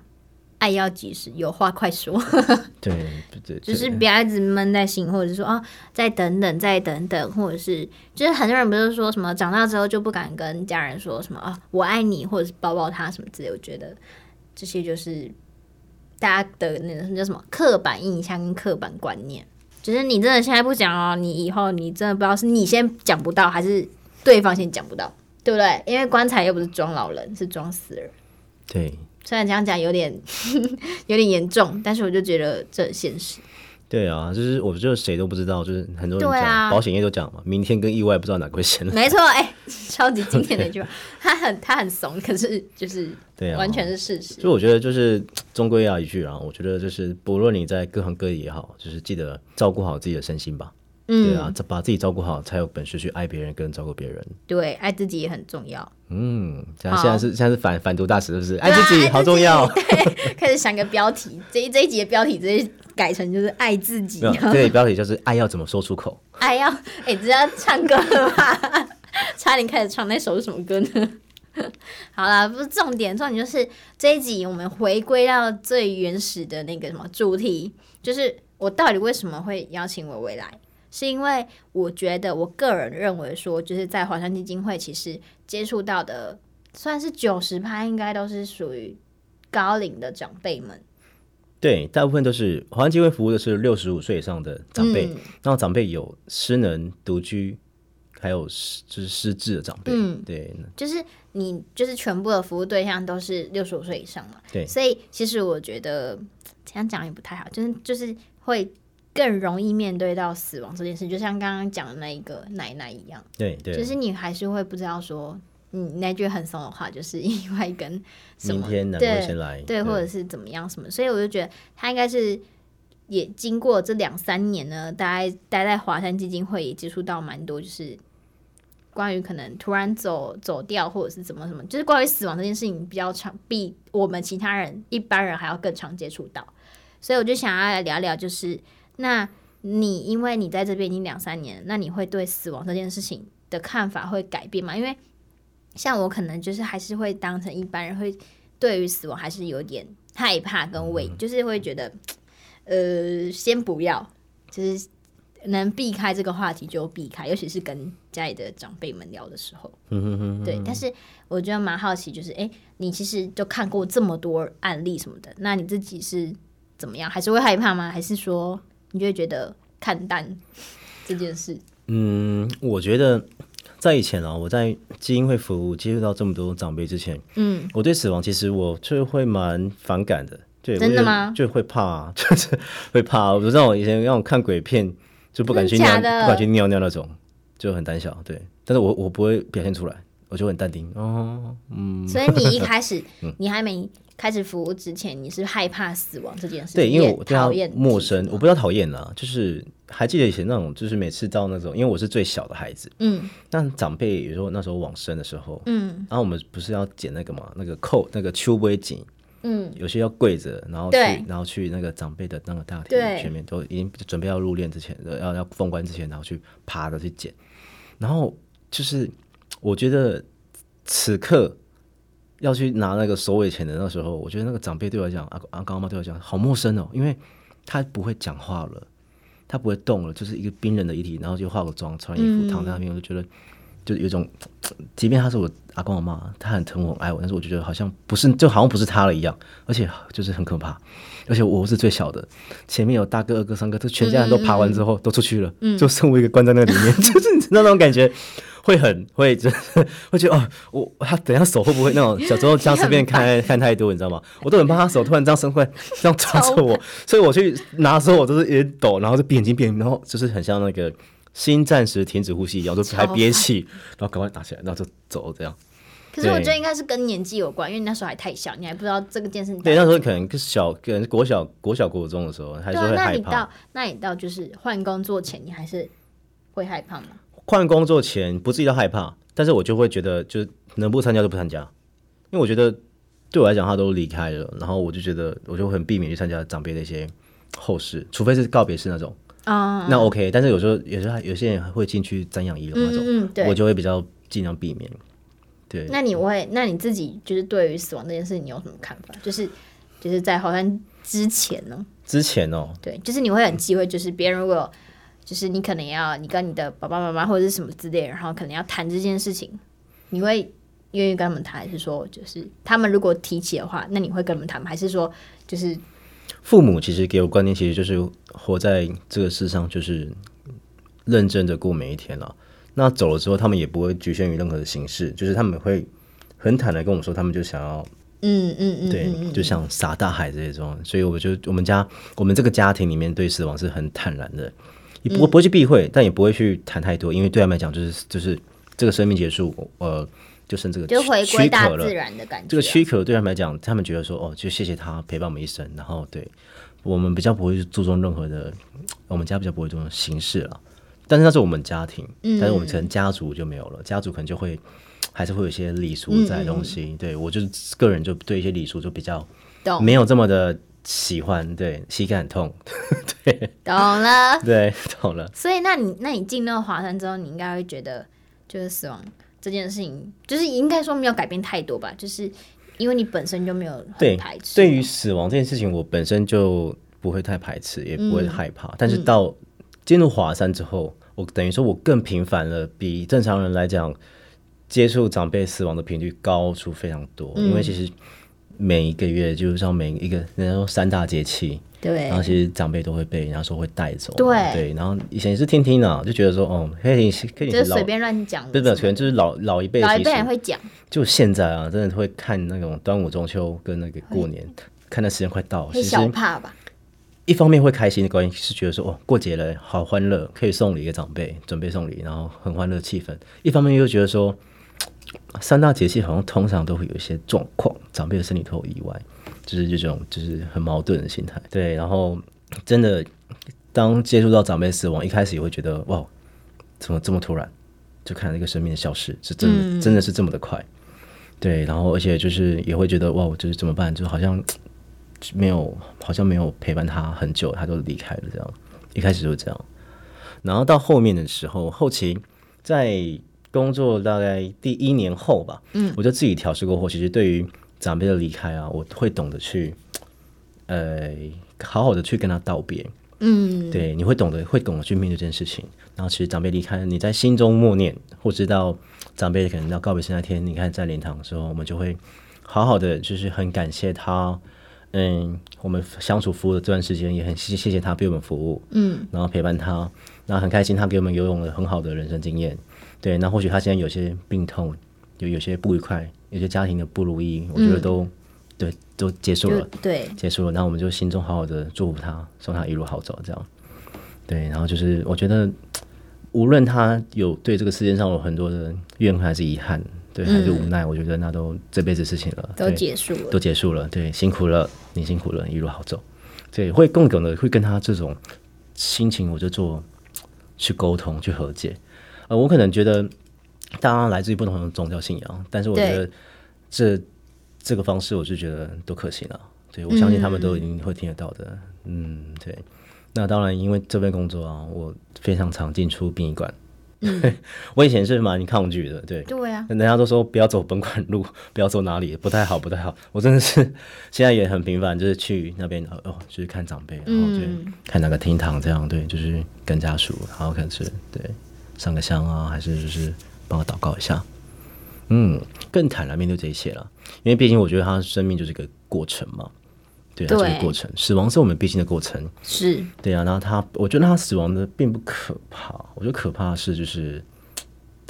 S1: 爱要及时，有话快说，
S3: 对对，
S1: 就
S3: 对
S1: 是不要一直闷在心，或者说啊，再等等，再等等，或者是就是很多人不是说什么长大之后就不敢跟家人说什么啊，我爱你，或者是抱抱他什么之类。我觉得这些就是大家的那个那叫什么刻板印象跟刻板观念，就是你真的现在不讲哦，你以后你真的不知道是你先讲不到，还是对方先讲不到，对不对？因为棺材又不是装老人，是装死人。
S3: 对
S1: 虽然这样讲有点 有点严重，但是我就觉得这很现实。
S3: 对啊，就是我觉得谁都不知道，就是很多人
S1: 对
S3: 讲、
S1: 啊
S3: 保险业都讲嘛，明天跟意外不知道哪个会先来。
S1: 没错，哎、超级经典的一句话， 他很他很怂，可是就是
S3: 对啊，
S1: 完全是事实。
S3: 所以我觉得就是终归要一句啊，我觉得就是不论你在各行各业也好，就是记得照顾好自己的身心吧。对啊
S1: 嗯，，
S3: 把自己照顾好，才有本事去爱别人跟照顾别人。
S1: 对，爱自己也很重要。
S3: 嗯，这样
S1: 好
S3: 现在是现在是反反毒大使是不是？爱
S1: 对啊
S3: 自己好 重要。
S1: 开始想个标题，这一这一集的标题直接改成就是爱自己
S3: 没，有，对，标题就是爱要怎么说出口。
S1: 爱要哎，这要唱歌了吧？差点开始唱那首是什么歌呢？ 好啦，不是重点，重点就是这一集我们回归到最原始的那个什么主题，就是我到底为什么会邀请伟伟来，是因为我觉得我个人认为说，就是在华山基金会其实接触到的，算是九十趴应该都是属于高龄的长辈们，
S3: 对，大部分都是华安基金会服务的是六十五岁以上的长辈，
S1: 嗯
S3: 那长辈有失能、独居，还有失就是失智的长辈。
S1: 嗯
S3: 对，
S1: 就是你就是全部的服务对象都是六十五岁以上嘛，
S3: 对
S1: 所以其实我觉得这样讲也不太好，就是就是会更容易面对到死亡这件事，就像刚刚讲的那一个奶奶一样，
S3: 对对，
S1: 就是你还是会不知道说你那句很怂的话就是意外跟什
S3: 明
S1: 么
S3: 天男
S1: 对
S3: 会先来，
S1: 对，或者是怎么样什么，所以我就觉得他应该是也经过这两三年呢，大概待在华山基金会也接触到蛮多，就是关于可能突然走走掉或者是怎么什么，就是关于死亡这件事情比较常，比我们其他人一般人还要更常接触到，所以我就想要来聊聊，就是那你因为你在这边已经两三年了，那你会对死亡这件事情的看法会改变吗？因为像我可能就是还是会当成一般人，会对于死亡还是有点害怕跟
S3: 嗯
S1: 畏，就是会觉得，呃，先不要，就是能避开这个话题就避开，尤其是跟家里的长辈们聊的时候，
S3: 嗯哼哼，
S1: 对。但是我觉得蛮好奇，就是哎、诶你其实就看过这么多案例什么的，那你自己是怎么样？还是会害怕吗？还是说你就会觉得看淡这件事？
S3: 嗯，我觉得在以前啊，我在基金会服务接触到这么多长辈之前，
S1: 嗯，
S3: 我对死亡其实我就会蛮反感的。对，
S1: 真的
S3: 我就
S1: 吗
S3: 就会怕啊， 就是会怕。啊我知道我以前让我看鬼片，就不敢去
S1: 真
S3: 尿，
S1: 假
S3: 不
S1: 的
S3: 敢去尿尿那种，就很胆小。对，但是我我不会表现出来，我就很淡定。哦，嗯，
S1: 所以你一开 始，你还没开始服务之前，你是害怕死亡这件事情，
S3: 对，因为我
S1: 也
S3: 对他
S1: 讨厌
S3: 陌生，我不知道讨厌啦，就是还记得以前那种，就是每次到那种，因为我是最小的孩子，
S1: 嗯
S3: 但长辈有时候那时候往生的时候，
S1: 嗯
S3: 然后我们不是要剪那个嘛，那个扣那个秋杯颈，
S1: 嗯，
S3: 有些要跪着，然后去
S1: 对
S3: 然后去那个长辈的那个大厅
S1: 对
S3: 前面，都已经准备要入殓之前，呃要要封棺之前，然后去爬着去捡，然后就是我觉得此刻。要去拿那个手尾钱的那时候，我觉得那个长辈对我来讲，阿公阿公阿妈对我来讲好陌生哦，因为他不会讲话了，他不会动了，就是一个冰冷的遗体，然后就化个妆、穿衣服、躺在那边，我就觉得就有一种，即便他是我阿公阿妈，他很疼我、很爱我，但是我就觉得好像不是，就好像不是他了一样，而且就是很可怕，而且我是最小的，前面有大哥、二哥、三哥，就全家人都爬完之后、都出去了，
S1: 嗯
S3: 就剩我一个关在那 里面，就是你知道那种感觉。会很会，就是会觉得哦，我他等一下手会不会那种小时候僵尸 片看看太多，你知道吗？我都很怕他手突然这样伸过来，这样抓着我，所以我去拿的时候我都是有点抖，然后就闭眼睛闭眼睛，然后就是很像那个心暂时停止呼吸一样，就还憋气，然后赶快拿起来，然后就走这样。
S1: 可是我
S3: 对
S1: 觉得应该是跟年纪有关，因为你那时候还太小，你还不知道这个件事。
S3: 对，那时候可能小，可能国小、国小、国中的时候还
S1: 对
S3: 是
S1: 啊
S3: 会，
S1: 那
S3: 害
S1: 你
S3: 怕
S1: 到。那你到就是换工作前，你还是会害怕吗？
S3: 换工作前不至于到害怕，但是我就会觉得，就是能不参加就不参加，因为我觉得对我来讲他都离开了，然后我就觉得我就很避免去参加长辈的一些后事，除非是告别式那种，
S1: 啊、
S3: 那 OK。但是有时候有时候还有些人会进去瞻仰遗容那种，
S1: 嗯嗯嗯对
S3: 我就会比较尽量避免。对，
S1: 那你会，那你自己就是对于死亡这件事，你有什么看法？就是就是在好像之前呢，
S3: 之前哦，
S1: 对，就是你会很忌讳，就是别人如果就是你可能要你跟你的爸爸妈妈或者是什么之类的，然后可能要谈这件事情，你会愿意跟他们谈，还是说就是他们如果提起的话，那你会跟他们谈吗？还是说就是
S3: 父母其实给我观念，其实就是活在这个世上，就是认真的过每一天了。那走了之后，他们也不会局限于任何的形式，就是他们会很坦然跟我们说，他们就想要
S1: 嗯嗯嗯，
S3: 对
S1: 嗯，
S3: 就像撒大海这种。所以我就我们家我们这个家庭里面对死亡是很坦然的，也
S1: 嗯
S3: 不不会去避讳，但也不会去谈太多，因为对他们来讲，就是就是这个生命结束，呃，就剩这个
S1: 就
S3: 躯
S1: 回
S3: 躯
S1: 归大
S3: 壳了
S1: 自然的感觉啊。
S3: 这个躯壳对他们来讲，他们觉得说哦，就谢谢他陪伴我们一生，然后对我们比较不会注重任何的，我们家比较不会注重形式了。但是那是我们家庭，
S1: 嗯
S3: 但是我们可能家族就没有了，家族可能就会还是会有一些礼俗在的东西。对我就是个人就对一些礼俗就比较
S1: 嗯懂
S3: 没有这么的喜欢，对膝盖很痛，
S1: 懂了。
S3: 对， 懂了。
S1: 所以，那你那你进那个华山之后，你应该会觉得，就是死亡这件事情，就是应该说没有改变太多吧，就是因为你本身就没有很
S3: 对
S1: 排，斥。
S3: 对于死亡这件事情，我本身就不会太排斥，也
S1: 嗯
S3: 不会害怕。但是到进入华山之后，我等于说我更频繁了，比正常人来讲接触长辈死亡的频率高出非常多。因
S1: 嗯
S3: 为其实每一个月，就是像每一个人家说三大节气，
S1: 对
S3: 然后其实长辈都会被人家说会带走。
S1: 对
S3: 然后以前也是听听啊，就觉得说哦，黑林黑林
S1: 就是
S3: 是老
S1: 随。便乱讲，
S3: 不是不是，可能就是老老一辈，
S1: 老一
S3: 其
S1: 辈
S3: 实
S1: 人会讲，
S3: 就现在啊，真的会看那种端午、中秋跟那个过年，看的时间快到
S1: 会
S3: 了。其实
S1: 小怕吧？
S3: 一方面会开心的关系是觉得说，哦，过节了，好欢乐，可以送礼给长辈，准备送礼，然后很欢乐气氛；一方面又觉得说，三大节气好像通常都会有一些状况，长辈的身体都有意外，就是这种就是很矛盾的心态。对，然后真的当接触到长辈死亡，一开始也会觉得哇，怎么这么突然？就看到一个生命的消失，是真的，真的是这么的快。对，然后而且就是也会觉得哇，我就是怎么办？就好像没有，好像没有陪伴他很久，他就离开了这样。一开始就这样，然后到后面的时候，后期在工作大概第一年后吧，嗯，我就自己调试过后，其实对于长辈的离开啊，我会懂得去，呃，好好的去跟他道别，
S1: 嗯，
S3: 对，你会懂得会懂得去面对这件事情。然后其实长辈离开，你在心中默念，或知道长辈可能到告别式那天，你看在灵堂的时候，我们就会好好的，就是很感谢他。嗯，我们相处服务的这段时间也很谢谢谢他为我们服务，嗯，然后陪伴他，那很开心他给我们游泳了很好的人生经验，对，那或许他现在有些病痛，有有些不愉快，有些家庭的不如意，我觉得都、对都结束
S1: 就
S3: 了，
S1: 对，
S3: 结束了。那我们就心中好好的祝福他，送他一路好走，这样。对，然后就是我觉得，无论他有对这个世界上有很多的怨恨还是遗憾，对还是无奈，我觉得那都这辈子事情了，
S1: 都
S3: 对
S1: 结束了，
S3: 都结束了，对，辛苦了，你辛苦了，一路好走。对，会共梗的，会跟他这种心情，我就做去沟通、去和解。呃，我可能觉得大家来自于不同的宗教信仰，但是我觉
S1: 对
S3: 得这这个方式，我就觉得都可行了。对，我相信他们都一定会听得到的。嗯对。那当然，因为这份工作啊，我非常常进出殡仪馆。 我以前是蛮抗拒的，对，
S1: 对啊，
S3: 人家都说不要走本馆路， 不要走哪里，不太好，不太好。我真的是现在也很频繁，就是去那边哦，就是看长辈，然后就
S1: 嗯
S3: 看哪个厅堂这样，对，就是跟家属，然后可能是对上个香啊，还是就是帮我祷告一下，嗯，更坦然面对这一切了，因为毕竟我觉得他生命就是一个过程嘛，对，它就是
S1: 对
S3: 个过程，死亡是我们必经的过程，
S1: 是
S3: 对啊，然后他，我觉得他死亡的并不可怕，我觉得可怕的是就是。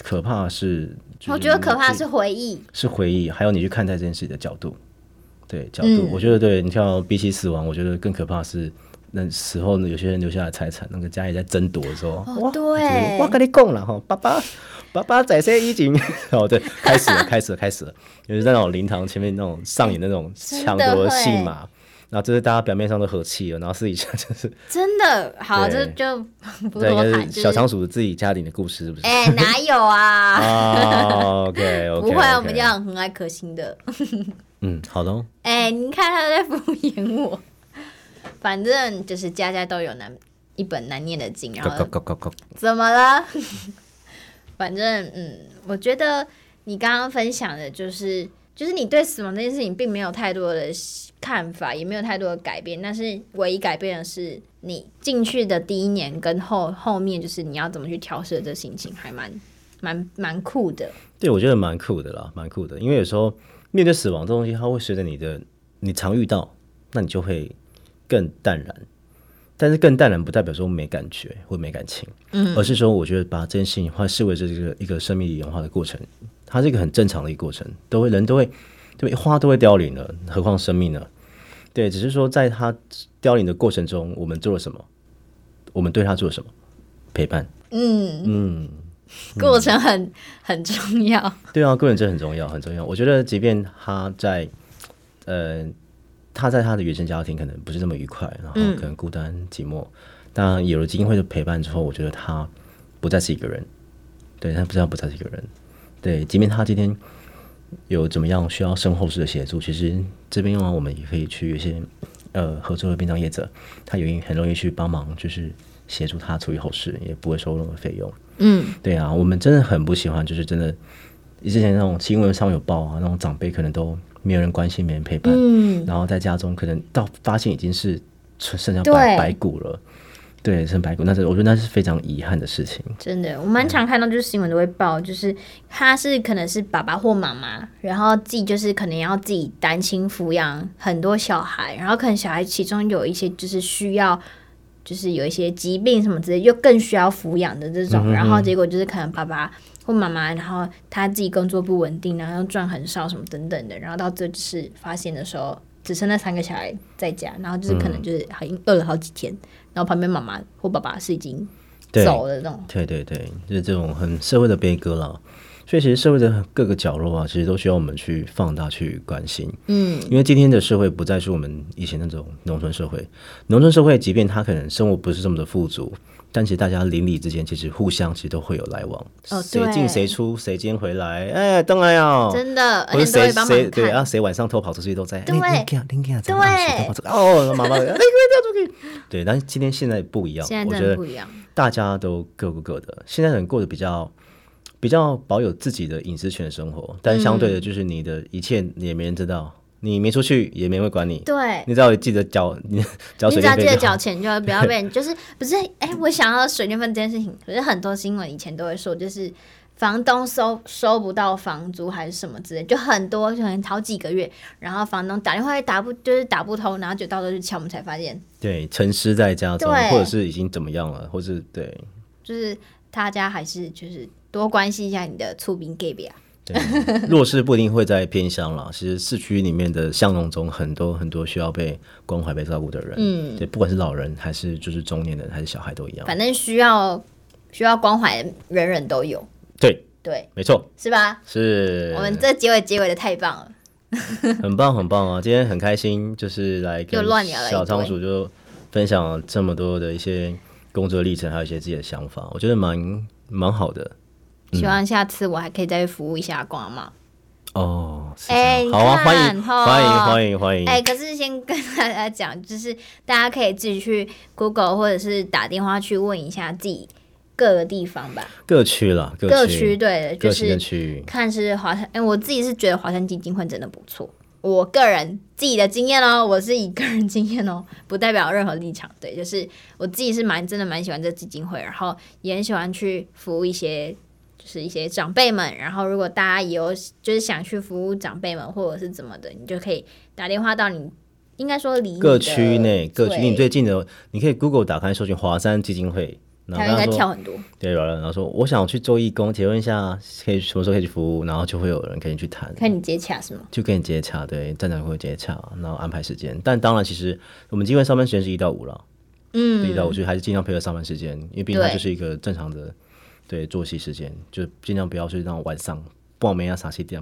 S3: 可怕的是，就是
S1: 我觉得可怕
S3: 你
S1: 的是回忆，
S3: 是回忆，还有你去看待这件事的角度，对角
S1: 嗯
S3: 度，我觉得对你像比起死亡，我觉得更可怕的是那死后呢，有些人留下的财产，那个家里在争夺的时候，
S1: 哦，
S3: 就是
S1: 对
S3: 我，跟你讲了哈，爸爸爸爸在这已经哦对，开始了，开始了，开始了，就是那种灵堂前面那种上演那种抢夺戏码。然后就是大家表面上都和气了，然后私底下就是
S1: 真的好，这
S3: 对
S1: 就不
S3: 对，应
S1: 多
S3: 该
S1: 谈，
S3: 是
S1: 就
S3: 小仓
S1: 是
S3: 鼠自己家庭的故事，是不是？
S1: 哎，哪有 啊？
S3: 啊，OK OK，
S1: 不会啊，我们这。样很爱可心的。
S3: 嗯，好的哦。
S1: 哎、你看他在敷衍我。反正就是家家都有难一本难念的经，然后
S3: go go go go。
S1: 怎么了？ 反正嗯，我觉得你刚刚分享的就是，就是你对死亡这件事情并没有太多的看法，也没有太多的改变，但是唯一改变的是你进去的第一年跟后后面，就是你要怎么去调试这心情，还蛮蛮蛮酷的。
S3: 对，我觉得蛮酷的啦，蛮酷的。因为有时候面对死亡这东西，它会随着你的你常遇到，那你就会更淡然。但是更淡然不代表说没感觉或没感情，嗯，而是说我觉得把这件事情化视为这个一个生命演化的过程，它是一个很正常的一个过程，都会人都会对花都会凋零了，何况生命呢？对，只是说在它凋零的过程中，我们做了什么，我们对它做了什么陪伴，
S1: 嗯
S3: 嗯，
S1: 过程很、 很重要。
S3: 对啊，个人真的很重要，很重要。我觉得，即便他在，呃，他在他的原生家庭可能不是那么愉快，然后可能孤单寂寞，但有了基金会的陪伴之后，我觉得他不再是一个人，对他不知道不再是一个人，对，即便他今天有怎么样需要身后事的协助，其实这边的话，我们也可以去一些呃合作的殡葬业者，他有很容易去帮忙，就是协助他处理后事，也不会收任何费用。
S1: 嗯，
S3: 对啊，我们真的很不喜欢，就是真的之前那种新闻上有报啊，那种长辈可能都没有人关心，没人陪伴，
S1: 嗯
S3: 然后在家中可能到发现已经是剩剩下
S1: 对
S3: 白白骨了，对，剩白骨，那是我觉得那是非常遗憾的事情。
S1: 真的，我蛮常看到，就是新闻都会报，就是他是可能是爸爸或妈妈，然后自己就是可能要自己单亲抚养很多小孩，然后可能小孩其中有一些就是需要，就是有一些疾病什么之类，又更需要抚养的这种，然后结果就是可能爸爸或妈妈，然后他自己工作不稳定，然后赚很少什么等等的，然后到最后就是发现的时候，只剩那三个小孩在家，然后就是可能就是很饿了好几天，然后旁边妈妈或爸爸是已经。
S3: 对
S1: 走了那种，
S3: 对对对，就是这种很社会的悲歌啦。所以其实社会的各个角落啊，其实都需要我们去放大去关心。
S1: 嗯，
S3: 因为今天的社会不再是我们以前那种农村社会，农村社会即便他可能生活不是这么的富足，但其实大家邻里之间其实互相其实都会有来往，
S1: 哦
S3: 谁
S1: 对
S3: 进谁出，谁今天回来，哎，当然要。
S1: 真的，
S3: 或
S1: 而
S3: 者
S1: 且都会
S3: 谁
S1: 帮忙
S3: 谁对
S1: 看
S3: 啊，，谁晚上偷跑出去都在，
S1: 对
S3: 哎，林 i 林 i
S1: 对
S3: 哦，妈妈，哎，给我掉 出去。对，但是今天现在不一样，
S1: 现在
S3: 我
S1: 真
S3: 觉
S1: 的
S3: 得
S1: 不一样，
S3: 大家都各过各的，现在人过得比较比较保有自己的隐私权的生活，但相对的，
S1: 嗯
S3: 就是你的一切也没人知道，你没出去也没人会管你，
S1: 对。
S3: 你只要记得缴你 缴
S1: 你
S3: 水
S1: 只要
S3: 电
S1: 记得
S3: 费就好
S1: 缴。钱，就好，不要被人就是不是哎、我想要水电费这件事情，可是很多新闻以前都会说，就是房东收收不到房租还是什么之类，就很多可能好几个月，然后房东打电话也打不就是打不通，然后就到时候去敲门才发现，
S3: 对，沉思在家中，
S1: 对
S3: 或者是已经怎么样了，或是对
S1: 就是大家还是就是多关心一下你的厝边隔壁啊。
S3: 对， 弱势不一定会在偏乡啦，其实市区里面的巷弄中，很多很多需要被关怀、被照顾的人，
S1: 嗯
S3: 对，不管是老人还是就是中年人还是小孩都一样，
S1: 反正需要需要关怀，人人都有，
S3: 对，
S1: 对，
S3: 没错，
S1: 是吧？
S3: 是，
S1: 我们这结尾结尾的太棒了，
S3: 很棒很棒啊！今天很开心，就是来跟
S1: 又乱聊了一
S3: 小仓鼠就分享了这么多的一些工作历程，还有一些自己的想法，我觉得蛮蛮好的
S1: 希望下次我还可以再服务一下光妈。
S3: 哦。是
S1: 哎
S3: 这样好啊，
S1: 你看
S3: 欢迎
S1: 吼
S3: 欢迎欢迎欢迎
S1: 哎、，可是先跟大家讲，就是大家可以自己去 Google 或者是打电话去问一下自己各个地方吧，
S3: 各区啦，
S1: 各区
S3: 区
S1: 对，就
S3: 各区
S1: 是
S3: 的区域，
S1: 看是华山，哎、我自己是觉得华山基金会真的不错。我个人自己的经验哦，我是以个人经验哦， 不代表任何立场。对，就是我自己是蛮真的蛮喜欢这基金会，然后也很喜欢去服务一些就是一些长辈们。然后如果大家也有就是想去服务长辈们或者是怎么的，你就可以打电话到你应该说离你
S3: 各
S1: 的
S3: 区内各区，
S1: 对
S3: 你最近的你可以 Google 打开搜寻华山基金会，然
S1: 台
S3: 后
S1: 湾应该
S3: 跟他
S1: 跳
S3: 说
S1: 很多。
S3: 对，有人然后说我想去做义工，提问一下可以什么时候可以去服务，然后就会有人可以去谈，
S1: 看你接洽是吗？
S3: 就跟你接洽，对，站长会接洽，然后安排时间。但当然，其实我们基本上班时间是一到五了，
S1: 嗯，
S3: 一到五就还是尽量配合上班时间，因为毕竟它
S1: 对
S3: 就是一个正常的对作息时间，就尽量不要去那种晚上。不然我们要啥西店，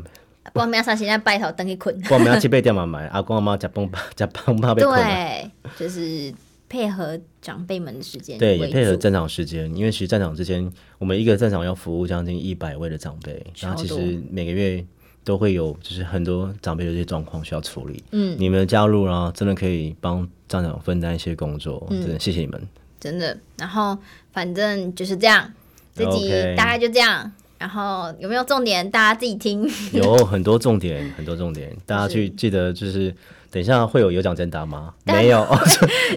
S1: 我明仔现在拜头等去困。
S3: 不然我们要去被店嘛买，阿公阿妈加崩吧加崩吧被困啊了。
S1: 对，就是配合长辈们的时间
S3: 对，也
S1: 为
S3: 配合
S1: 主
S3: 站长时间，因为其实站长之间，我们一个站长要服务将近一百位的长辈，然后其
S1: 超多
S3: 实每个月都会有就是很多长辈有一些状况需要处理，
S1: 嗯，
S3: 你们的加入啊，真的可以帮站长分担一些工作，真
S1: 嗯
S3: 的谢谢你们。
S1: 真的。然后反正就是这样，这集
S3: OK
S1: 大概就这样。然后有没有重点，大家自己听。
S3: 有很多重点，很多重点，大家去记得就是，等一下会有有奖征答吗？
S1: 当然
S3: 没有哦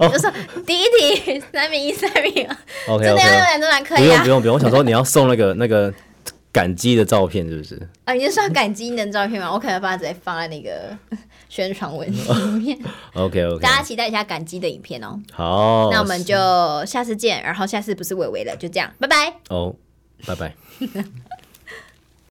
S1: 就是第一题三比一，三比一，
S3: ，OK
S1: 真的要用
S3: OK，
S1: 两真难可
S3: 不
S1: 以
S3: 用
S1: 啊
S3: 不！用不用，我想说你要送那个那个感激的照片是不是？
S1: 啊，你是要感激你的照片吗？我可能把它直接放在那个宣传文里面，
S3: OK OK，
S1: 大家期待一下感激的影片哦。
S3: 好，
S1: 那我们就下次见，然后下次不是伟伟了，就这样，拜拜。
S3: 哦，拜拜。